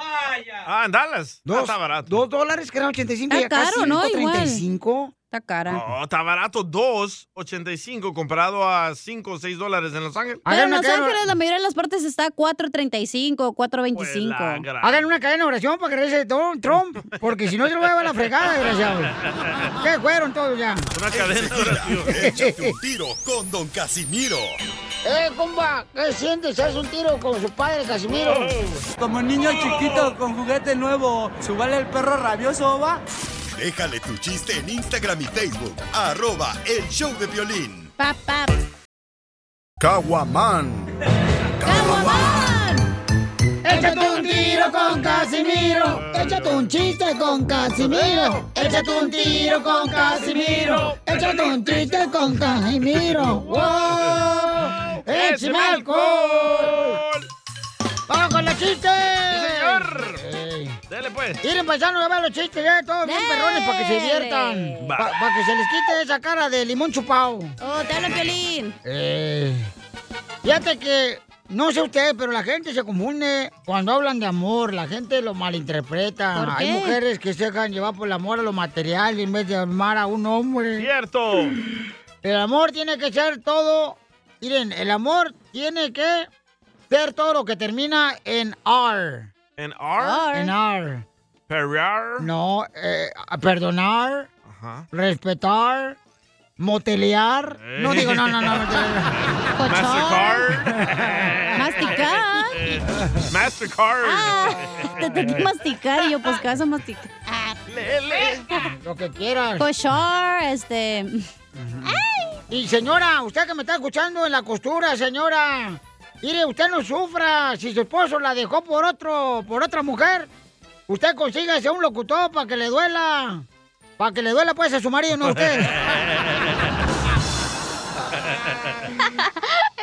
Ah, en Dallas. Ah, está barato. Dos dólares, que eran 85 y Está acá caro, ¿no? Igual. 5.35. Está cara. No, está barato 2.85 comparado a 5 o 6 dólares en Los Ángeles. Pero en Los Ángeles la mayoría de las partes está a 4.35, Pues la 4.25. gran- Hagan una cadena de oración para que regrese Don [laughs] Trump, porque si no se lo va a llevar a la fregada, desgraciado. ¿Qué fueron todos ya? Una cadena de oración. Échate un tiro con Don Casimiro. [laughs] ¡Eh, compa! ¿Qué sientes? ¿Haz un tiro con su padre, Casimiro? Oh. Como niño chiquito con juguete nuevo, ¿subale el perro rabioso va? Déjale tu chiste en Instagram y Facebook. Arroba el show de violín. Papá. Caguaman. Échate un tiro con Casimiro. Échate un chiste con Casimiro. Échate un tiro con Casimiro. Échate un chiste con Casimiro. ¡Wow! ¡Échame alcohol! ¡Vamos con los chistes! ¡Sí, señor! Dele pues. Miren, paisanos, ya van los chistes, ya todos bien perrones para que se diviertan. Va. Para que se les quite esa cara de limón chupado. Oh, te habla Piolín. Fíjate que, no sé ustedes, pero la gente se confunde cuando hablan de amor. La gente lo malinterpreta. ¿Por Hay qué? mujeres que se dejan llevar por el amor a lo material en vez de amar a un hombre. Cierto. El amor tiene que ser todo. Miren, el amor tiene que ser todo lo que termina en R. ¿En R? En R. Perrar. No, eh, a perdonar, Ajá. respetar, motelear. Eh. No digo, no, [laughs] no, no. Mastercard. motelear. [laughs] Masticar. Ah, Eh, Mastercard. Te tengo Eh. que masticar y yo, pues, ¿qué vas a masticar? [laughs] Lo que quieras. Cochar, este... Y señora, usted que me está escuchando en la costura, señora. Mire, usted no sufra. Si su esposo la dejó por otro, por otra mujer, usted consígase un locutor para que le duela. Para que le duela pues a su marido, no a usted. [laughs]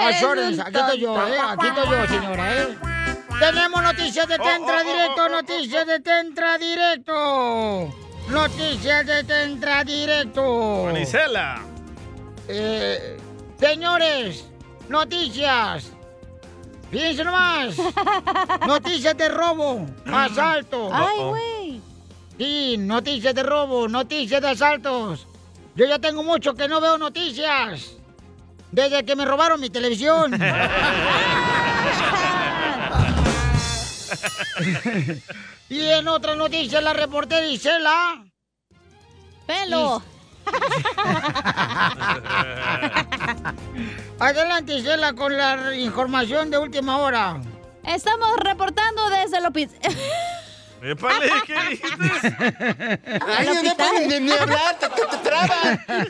A Shortens, Ah, aquí estoy yo, eh. Aquí estoy yo, señora, eh. Tenemos noticias de Tentra Directo, noticias de Tentra Directo. Noticias de Tentra Directo. Manicela. Eh, señores, noticias. Fíjense nomás. noticias de robo, asalto. Ay, güey. Sí, noticias de robo, noticias de asaltos. Yo ya tengo mucho que no veo noticias. Desde que me robaron mi televisión. [laughs] y en otras noticias, la reportera Isela. Pelo. Adelante, Isela, con la información de última hora. Estamos reportando desde el hopi- Épale, ¿qué [laughs] dijiste? yo el no hospital. puedo ni- ni hablar,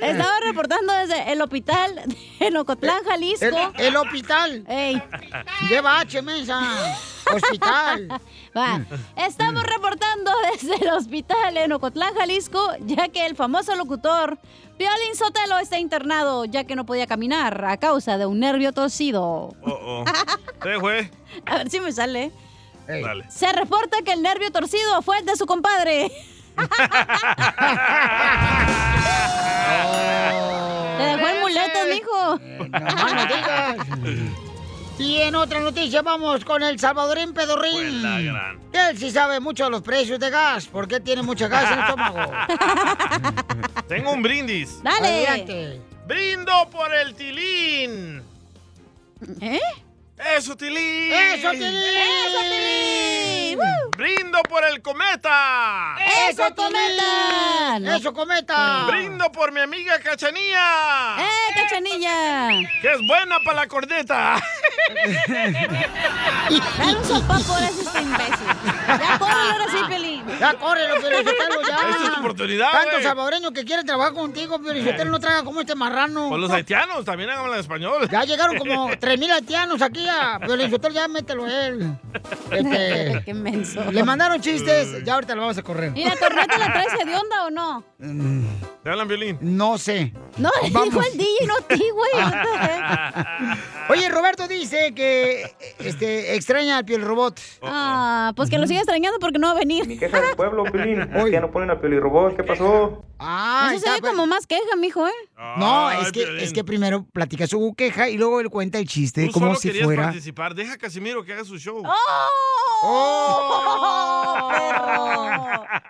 Estaba reportando desde el hospital en Ocotlán, Jalisco. Eh, El, el hospital. Ey. Lleva H, mensa. Hospital. [laughs] Va. Estamos reportando desde el hospital en Ocotlán, Jalisco, ya que el famoso locutor Piolín Sotelo está internado, ya que no podía caminar a causa de un nervio torcido. Oh, oh. Sí, güey. A ver si me sale. Dale. Se reporta que el nervio torcido fue el de su [laughs] compadre. Te dejó el muletas, Eh. mijo. Y en otra noticia vamos con el Salvadorín Pedorrín. Él sí sabe mucho de los precios de gas, porque tiene mucha gas en el estómago. [laughs] Tengo un brindis. Adelante. Brindo por el tilín. ¿Eh? ¡Eso, Tilín! ¡Eso, Tilín! ¡Eso, Tilín! ¡Woo! ¡Brindo por el cometa! ¡Eso, cometa! No. ¡Eso, cometa! ¡Brindo por mi amiga Cachanilla! ¡Eh, Cachanilla! ¡Que es buena para la corneta! Dale un sopá por ese imbécil. Ya pues, córrelo ahora sí, Pelín. Ya córrelo, Piolichotelo, ya. Esta es tu oportunidad, Tanto güey. salvadoreño que quiere trabajar contigo, Piolichotelo, no traga como este marrano. Por los haitianos, también hablan español. Ya [laughs] llegaron como 3.000 haitianos aquí a Piolichotelo, ya mételo él. Este, [laughs] Qué menso. Le mandaron chistes, ya ahorita lo vamos a correr. ¿Y la corneta la traes hedionda o no? ¿Te hablan violín? Mm. No sé. No, Vamos. dijo el DJ, no ti, [laughs] güey. Oye, Roberto dice que este, extraña al piel robot. Ah, pues que lo sigue extrañando porque no va a venir. del pueblo, Pilín. Es que ya no ponen a Pelirrobot. ¿Qué pasó? Ay, pues. Eso se ve como más queja, mijo, ¿eh? No, Ay, es que, Ah, Piolín. es que primero platica su queja y luego él cuenta el chiste Tú como solo si querías fuera. participar. Deja a Casimiro que haga su show. ¡Oh! ¡Oh!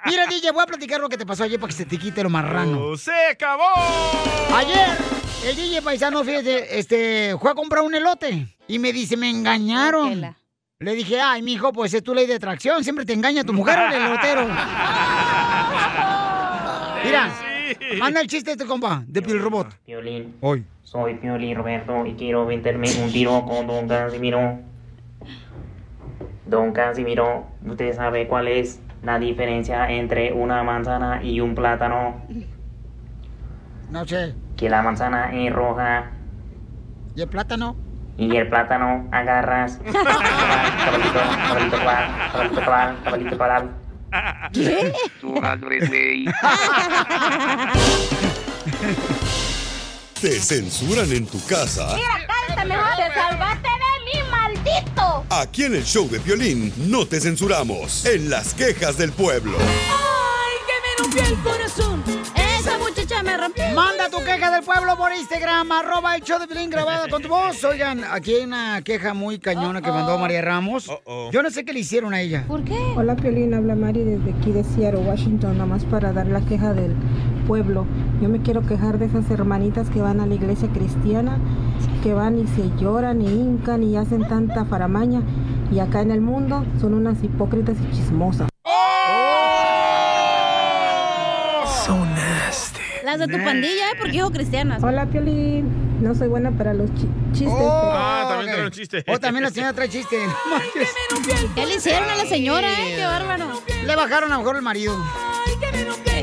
Mira, DJ, voy a platicar lo que te pasó ayer para que se te quite lo marrano. ¡Oh, ¡Se acabó! Ayer, el DJ paisano, fíjate, este, fue a comprar un elote y me dice, me engañaron. Le dije, ay, mijo, pues es tu ley de atracción, siempre te engaña tu mujer o el [laughs] elotero. Mira, manda el chiste de tu compa, de Piel Robot. Piolín. Soy Piolín Roberto y quiero venderme un tiro con Don Casimiro. Don Casimiro, ¿usted sabe cuál es la diferencia entre una manzana y un plátano? No sé, Que la manzana es roja ¿y [laughs] el plátano? y el plátano agarras. Cabalito, cabalito, cabal, cabalito, cabal, cabalito, cabal. [laughs] Te censuran en tu casa. cállate mejor. Te salvaste de mí, maldito. Aquí en el show de violín no te censuramos. En las quejas del pueblo. Ay, que me rompió el corazón. Esa muchacha me rompió. Manda tu queja del pueblo por Instagram, arroba el show de Piolín grabada con tu voz. Oigan, aquí hay una queja muy cañona que mandó María Ramos. Yo no sé qué le hicieron a ella. ¿Por qué? Hola Piolín, habla Mari desde aquí de Seattle, Washington, nada más para dar la queja del pueblo. Yo me quiero quejar de esas hermanitas que van a la iglesia cristiana, que van y se lloran y hincan y hacen tanta faramaña. Y acá en el mundo son unas hipócritas y chismosas. So nasty. Las de tu pandilla, ¿eh? Porque dijo cristianas. Hola Piolín, no soy buena para los chi- chistes. Ah, pero- también trae un chiste. O [laughs] Oh. también la señora trae chiste. ¿Qué le hicieron a la señora, eh? Qué bárbaro. Le bajaron a lo mejor el marido.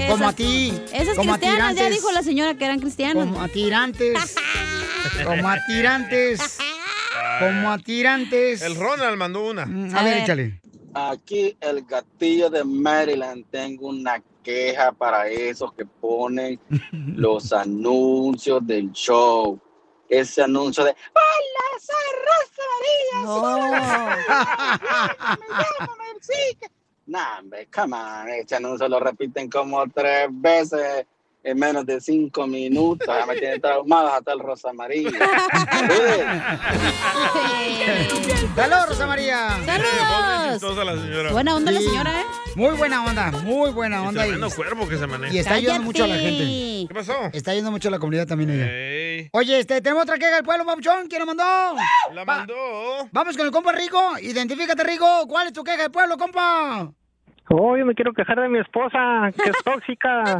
Como a ti. Esas como a cristianas, ya tirantes. dijo la señora que eran cristianas. Como a tirantes. Como a tirantes. Como a tirantes. El Ronald mandó una. Mm, A ver, échale. Aquí el gatillo de Maryland, tengo una queja [laughs] para esos que ponen los anuncios del show. Ese anuncio de Hola, soy Rosalía. Nah, hombre, come on, ese anuncio lo repiten como tres veces en menos de cinco minutos. Ya me tiene traumado hasta el rosa [laughs] amarillo. Saludos, Rosa María. Pobre chistosa la señora. ¿eh? Sí. Muy buena onda, muy buena Y onda. tremendo cuerpo que se maneja. Y está ayudando mucho a la gente. ¿Qué pasó? Está ayudando mucho a la comunidad también ella. Oye, este, tenemos otra queja del pueblo, Papuchón. ¿Quién la mandó? La mandó. Vamos con el compa Rico. Identifícate, Rico. ¿Cuál es tu queja del pueblo, compa? Oh, yo me quiero quejar de mi esposa, que [laughs] es tóxica.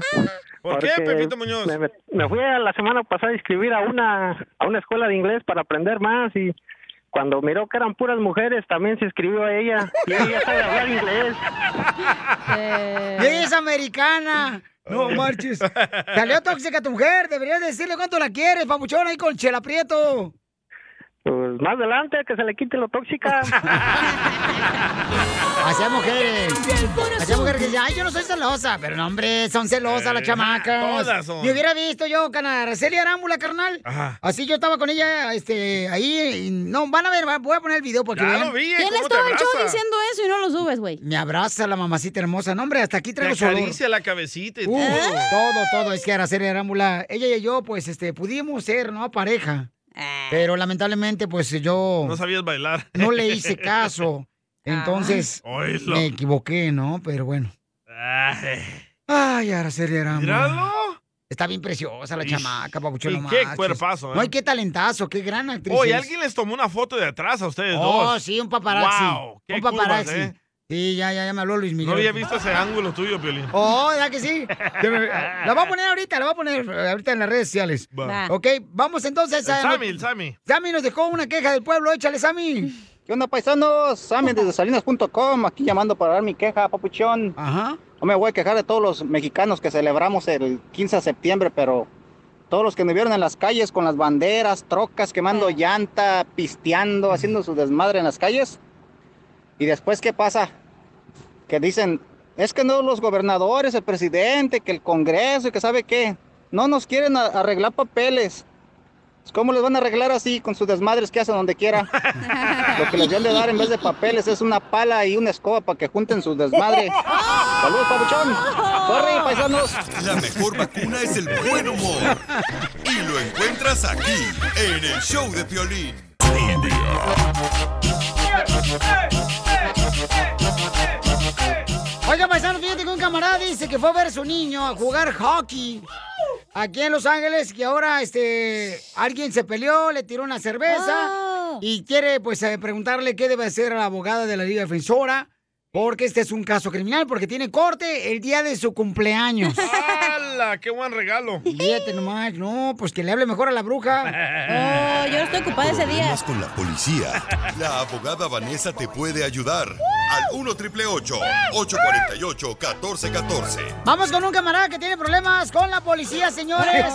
¿Por qué, Porque Pepito Muñoz? Me, me fui a la semana pasada a inscribir a una, a una escuela de inglés para aprender más y cuando miró que eran puras mujeres, también se inscribió a ella. Y ella ya sabe [laughs] hablar [laughs] inglés. Y Eh. ella es americana. No marches. Salió tóxica tu mujer. Deberías decirle cuánto la quieres, Papuchón, ahí con Chela Prieto. Pues más adelante, que se le quite lo [laughs] tóxica. Así hay mujeres. Así hay mujeres que dicen, ay, yo no soy celosa. Pero no, hombre, son celosas las Eh, chamacas. todas son. Me hubiera visto yo con Araceli Arámbula, carnal. Ajá. Así yo estaba con ella, este, ahí. y no, van a ver, va- voy a poner el video porque. Ya vean. lo vi, ¿eh? ¿Quién ¿Cómo es te todo el show abraza? diciendo eso y no lo subes, güey? Me abraza la mamacita hermosa. No, hombre, hasta aquí Te traigo su olor. acaricia la cabecita y Uh, todo. todo, todo. Es que Araceli Arámbula, ella y yo, pues, este, pudimos ser, ¿no? Pareja. Pero lamentablemente, pues, yo No sabías bailar. no le hice caso. Entonces, Oílo. me equivoqué, ¿no? Pero bueno. Ay. Ay, Araceli Arámbula. Míralo. Está bien preciosa la Ish. chamaca, papuchón. Y no qué marches. cuerpazo, ¿eh? No, y qué talentazo, qué gran actriz. Oye, es. alguien les tomó una foto de atrás a ustedes Oh, dos. sí, un paparazzi. Wow, qué un paparazzi. curvas, ¿eh? Sí, ya, ya, ya me habló Luis Miguel. No había visto ese ángulo tuyo, Piolín. Oh, ya que sí. [laughs] Que me- La voy a poner ahorita, la voy a poner eh, ahorita en las redes sociales. Va. Ok, vamos entonces a. El Sammy, el Sammy. Sammy nos dejó una queja del pueblo, échale, Sammy. ¿Qué onda, paisanos? Sammy desde salinas.com, aquí llamando para dar mi queja, papuchón. Ajá. No me voy a quejar de todos los mexicanos que celebramos el 15 de septiembre, pero todos los que me vieron en las calles con las banderas, trocas, quemando llanta, pisteando, haciendo su desmadre en las calles. Y después, ¿qué pasa? Que dicen, es que no los gobernadores, el presidente, que el Congreso y que sabe qué, no nos quieren a- arreglar papeles. Pues, ¿Cómo les van a arreglar así con sus desmadres que hacen donde quiera? Lo que les deben de dar en vez de papeles es una pala y una escoba para que junten sus desmadres. Saludos, papuchón. Corre, paisanos. La mejor vacuna es el buen humor. Y lo encuentras aquí, en el show de Piolín. Oiga, paisano, fíjate que un camarada dice que fue a ver a su niño a jugar hockey aquí en Los Ángeles, que ahora este alguien se peleó, le tiró una cerveza y quiere pues eh, preguntarle qué debe hacer la abogada de la Liga Defensora, porque este es un caso criminal, porque tiene corte el día de su cumpleaños. ¡Hala! ¡Qué buen regalo! Fíjate nomás, no, pues que le hable mejor a la bruja. [laughs] Oh, yo no estoy ocupada ese día. Problemas con la policía. La abogada Vanessa te puede ayudar. Al 1 triple 848 1414. Vamos con un camarada que tiene problemas con la policía, señores.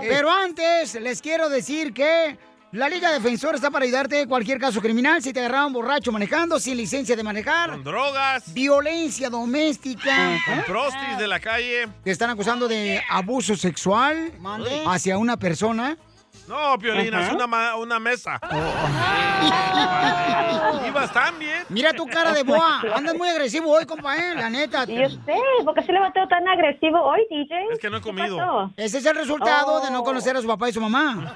Pero antes les quiero decir que la Liga Defensora está para ayudarte en cualquier caso criminal. Si te agarraron borracho manejando, sin licencia de manejar. Con drogas. Violencia doméstica. Con prostis de la calle. Te están acusando de abuso sexual Mande. hacia una persona. No, Piolín, Ajá. es una, ma- una mesa. Oh. Ibas tan bien. Mira tu cara de boa. Andas muy agresivo hoy, compa, eh, la neta. Yo sé, ¿por qué se levantó tan agresivo hoy, DJ? Es que no he comido. Ese es el resultado de no conocer a su papá y su mamá.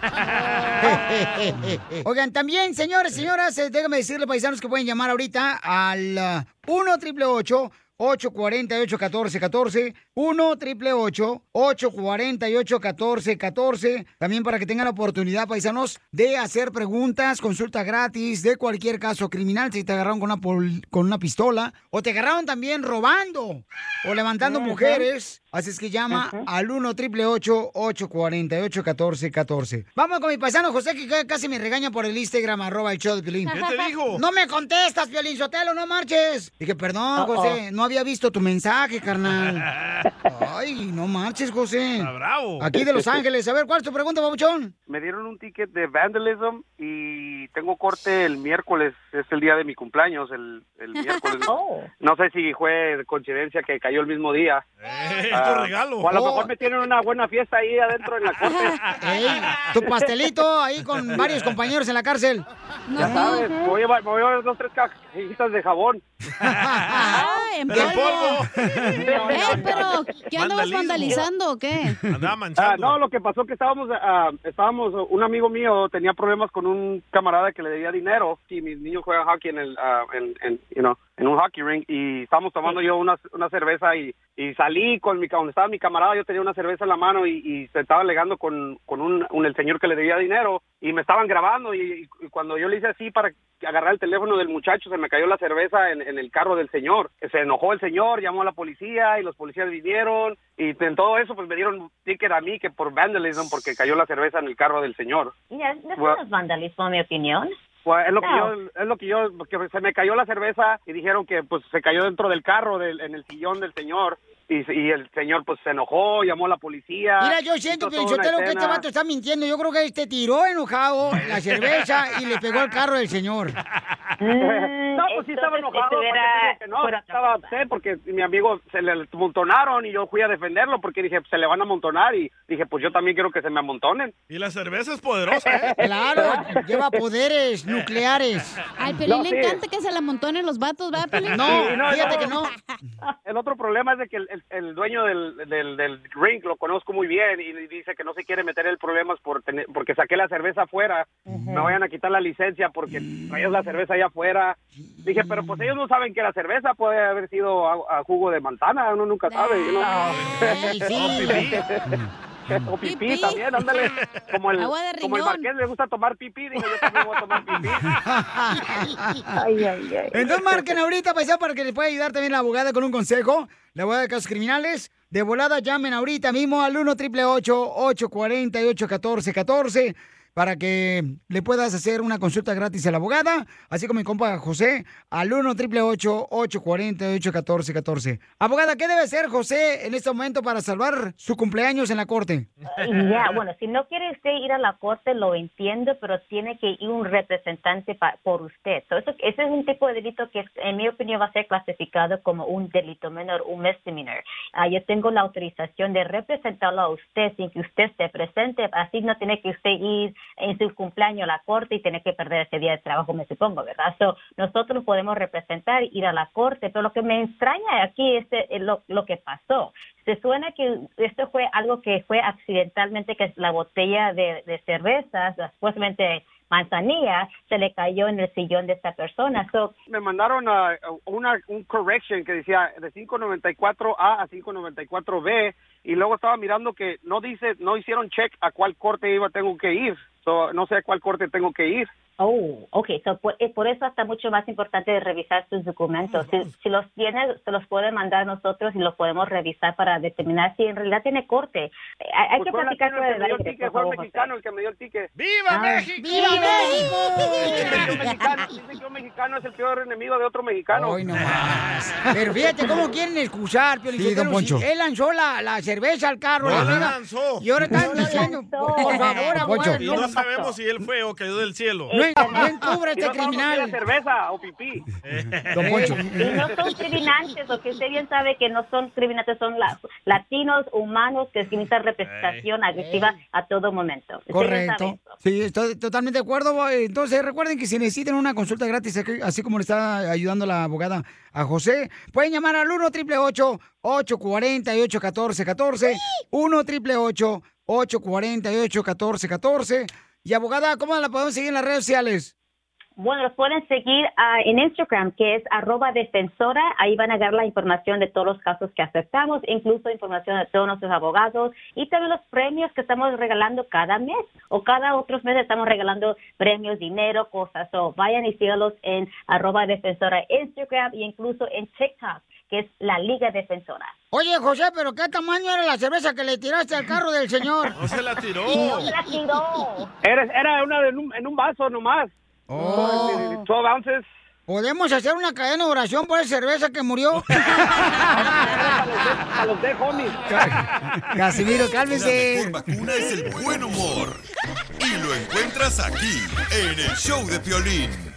Oigan, también, señores, señoras, eh, déjame decirle, paisanos, que pueden llamar ahorita al ah, 1 888 848 1414 1 888 848 1414 También para que tengan la oportunidad, paisanos, de hacer preguntas, consulta gratis de cualquier caso criminal. Si te agarraron con una, pol- con una pistola o te agarraron también robando o levantando Ujú. mujeres. Así es que llama Ujú. al 1 888 848 1414 Vamos con mi paisano José, que ca- casi me regaña por el Instagram, arroba el show de Piolín. ¿Qué te dijo? No me contestas, Piolín Sotelo, no marches. Dije, perdón, Uh-oh. José, no había visto tu mensaje, [laughs] carnal. Ay, no marches, José. Ah, bravo. [laughs] Aquí de Los Ángeles. A ver, ¿cuál es tu pregunta, babuchón? Me dieron un ticket de vandalism y tengo corte el miércoles, es el día de mi cumpleaños, el, el miércoles. No sé si fue coincidencia que cayó el mismo día. Eh, es Ah, tu regalo. O a lo Oh. mejor me tienen una buena fiesta ahí adentro en la corte. [laughs] Ey, tu pastelito ahí con varios compañeros [laughs] en la cárcel. Ya sabes, me voy a llevar, me voy a llevar dos, tres cajitas de jabón. Ah, Ay, en polvo. Eh, pero, ¿qué andabas Vandalismo. vandalizando o qué? Ah, no, lo que pasó que estábamos, ah, estábamos, un amigo mío tenía problemas con un camarada que le debía dinero y mis niños juegan hockey en el, ah, en, en, you know, en un hockey ring y estábamos tomando yo una, una cerveza y, y salí con mi, donde estaba mi camarada, yo tenía una cerveza en la mano y, y se estaba legando con, con un, un- el señor que le debía dinero y me estaban grabando y, y cuando yo le hice así para agarrar el teléfono del muchacho se me cayó la cerveza en, en el carro del señor. Se enojó el señor, llamó a la policía y los policías vinieron y en todo eso pues me dieron ticket a mí que por vandalism porque cayó la cerveza en el carro del señor. Mira, no Bueno. es vandalismo, en mi opinión. Pues es lo que No. yo, es lo que yo, porque se me cayó la cerveza y dijeron que pues se cayó dentro del carro, del, en el sillón del señor y, se- y el señor pues se enojó, llamó a la policía. Mira, yo siento, hizo toda Piolín una Sotelo, que este escena. vato está mintiendo. Yo creo que este tiró enojado la cerveza y le pegó al carro del señor. [laughs] No, pues sí estaba enojado. ¿para qué digo que no, estaba upset porque mi amigo se le amontonaron y yo fui a defenderlo porque dije, "Pues, se le van a amontonar y dije, pues yo también quiero que se me amontonen. Y la cerveza es poderosa, ¿eh? [laughs] Claro, lleva poderes nucleares. Al Pelín No, le sí. encanta que se la amontonen los vatos, ¿verdad, Pelín? Sí, el otro- [laughs] El otro problema es de que el, el- el dueño del, del, del drink lo conozco muy bien y dice que no se quiere meter en problemas por tener, porque saqué la cerveza afuera, me vayan a quitar la licencia porque traías la cerveza allá afuera. Dije, pero pues ellos no saben que la cerveza puede haber sido a, a jugo de manzana, uno nunca sabe. ¿no? Sí, sí. [laughs] o pipí, también, ándale. Como el, Agua de como el riñón. marqués le gusta tomar pipí, digo, yo también voy a tomar pipí. [laughs] Ay, ay, ay. Entonces marquen ahorita, paisano, para que les pueda ayudar también la abogada con un consejo. La abogada de casos criminales. De volada, llamen ahorita mismo al 1 888 848 1414 para que le puedas hacer una consulta gratis a la abogada, así como mi compa José, al 1 888 848 1414 Abogada, ¿qué debe hacer José en este momento para salvar su cumpleaños en la corte? Ya, bueno, si no quiere usted ir a la corte, lo entiendo, pero tiene que ir un representante pa- por usted. So, eso- ese es un tipo de delito que, en mi opinión, va a ser clasificado como un delito menor, un misdemeanor. Ah, yo tengo la autorización de representarlo a usted sin que usted se presente. Así no tiene que usted ir en su cumpleaños a la corte y tener que perder ese día de trabajo, me supongo, ¿verdad? So, nosotros podemos representar, ir a la corte, pero lo que me extraña aquí es eh, lo, lo que pasó. Se suena que esto fue algo que fue accidentalmente, que la botella de, de cervezas, supuestamente manzanilla, se le cayó en el sillón de esta persona. So, Me mandaron a, a una, un correction que decía de 594A a 594B y luego estaba mirando que no dice, no hicieron check a cuál corte iba tengo que ir. So, no sé a cuál corte tengo que ir. Oh, ok. So, por, eh, por eso hasta mucho más importante de revisar sus documentos. Si, si los tiene, se los puede mandar a nosotros y los podemos revisar para determinar si en realidad tiene corte. Eh, Hay, hay que Pues fue platicar latino el que me dio el con el ticket, director, fue el por favor, mexicano el que me dio el ticket. ¡Viva Ah. México! ¡Viva Dicen que un mexicano- dicen que un mexicano es el peor enemigo de otro mexicano. Ay, no Ah. más. Pero fíjate cómo quieren excusar, Pio Sí, Lichotero, don Poncho. si Él lanzó la, la cerveza al carro. No la la amiga. lanzó. Y ahora están diciendo, por favor, abogado, Y no, no sabemos si él fue o cayó del cielo. no, no encubra a este criminal. cerveza o pipí. Don Poncho. Y no son criminantes, porque usted bien sabe que no son criminantes, son la- latinos, humanos, que necesitan representación agresiva a todo momento. Usted bien sabe. Correcto. Sí, estoy totalmente de acuerdo. Entonces, recuerden que si necesitan una consulta gratis, aquí- así como le está ayudando la abogada a José, pueden llamar al 1 888 848 1414 1 888 848 1414 Y abogada, ¿cómo la podemos seguir en las redes sociales? Bueno, los pueden seguir ah, en Instagram, que es arroba defensora. Ahí van a agarrar la información de todos los casos que aceptamos, incluso información de todos nuestros abogados y también los premios que estamos regalando cada mes o cada otros meses estamos regalando premios, dinero, cosas. So, vayan y sígalos en arroba defensora Instagram e incluso en TikTok, que es la Liga Defensora. Oye, José, ¿pero qué tamaño era la cerveza que le tiraste al carro del señor? [laughs] No se la tiró. No se la tiró. Era, era una en un, en un vaso nomás. Oh. 12 ounces. ¿Podemos hacer una cadena de oración por esa cerveza que [laughs] murió? A los de homies. Casimiro, cálmese. La mejor vacuna es el buen humor. Y lo encuentras aquí, en el show de Piolín.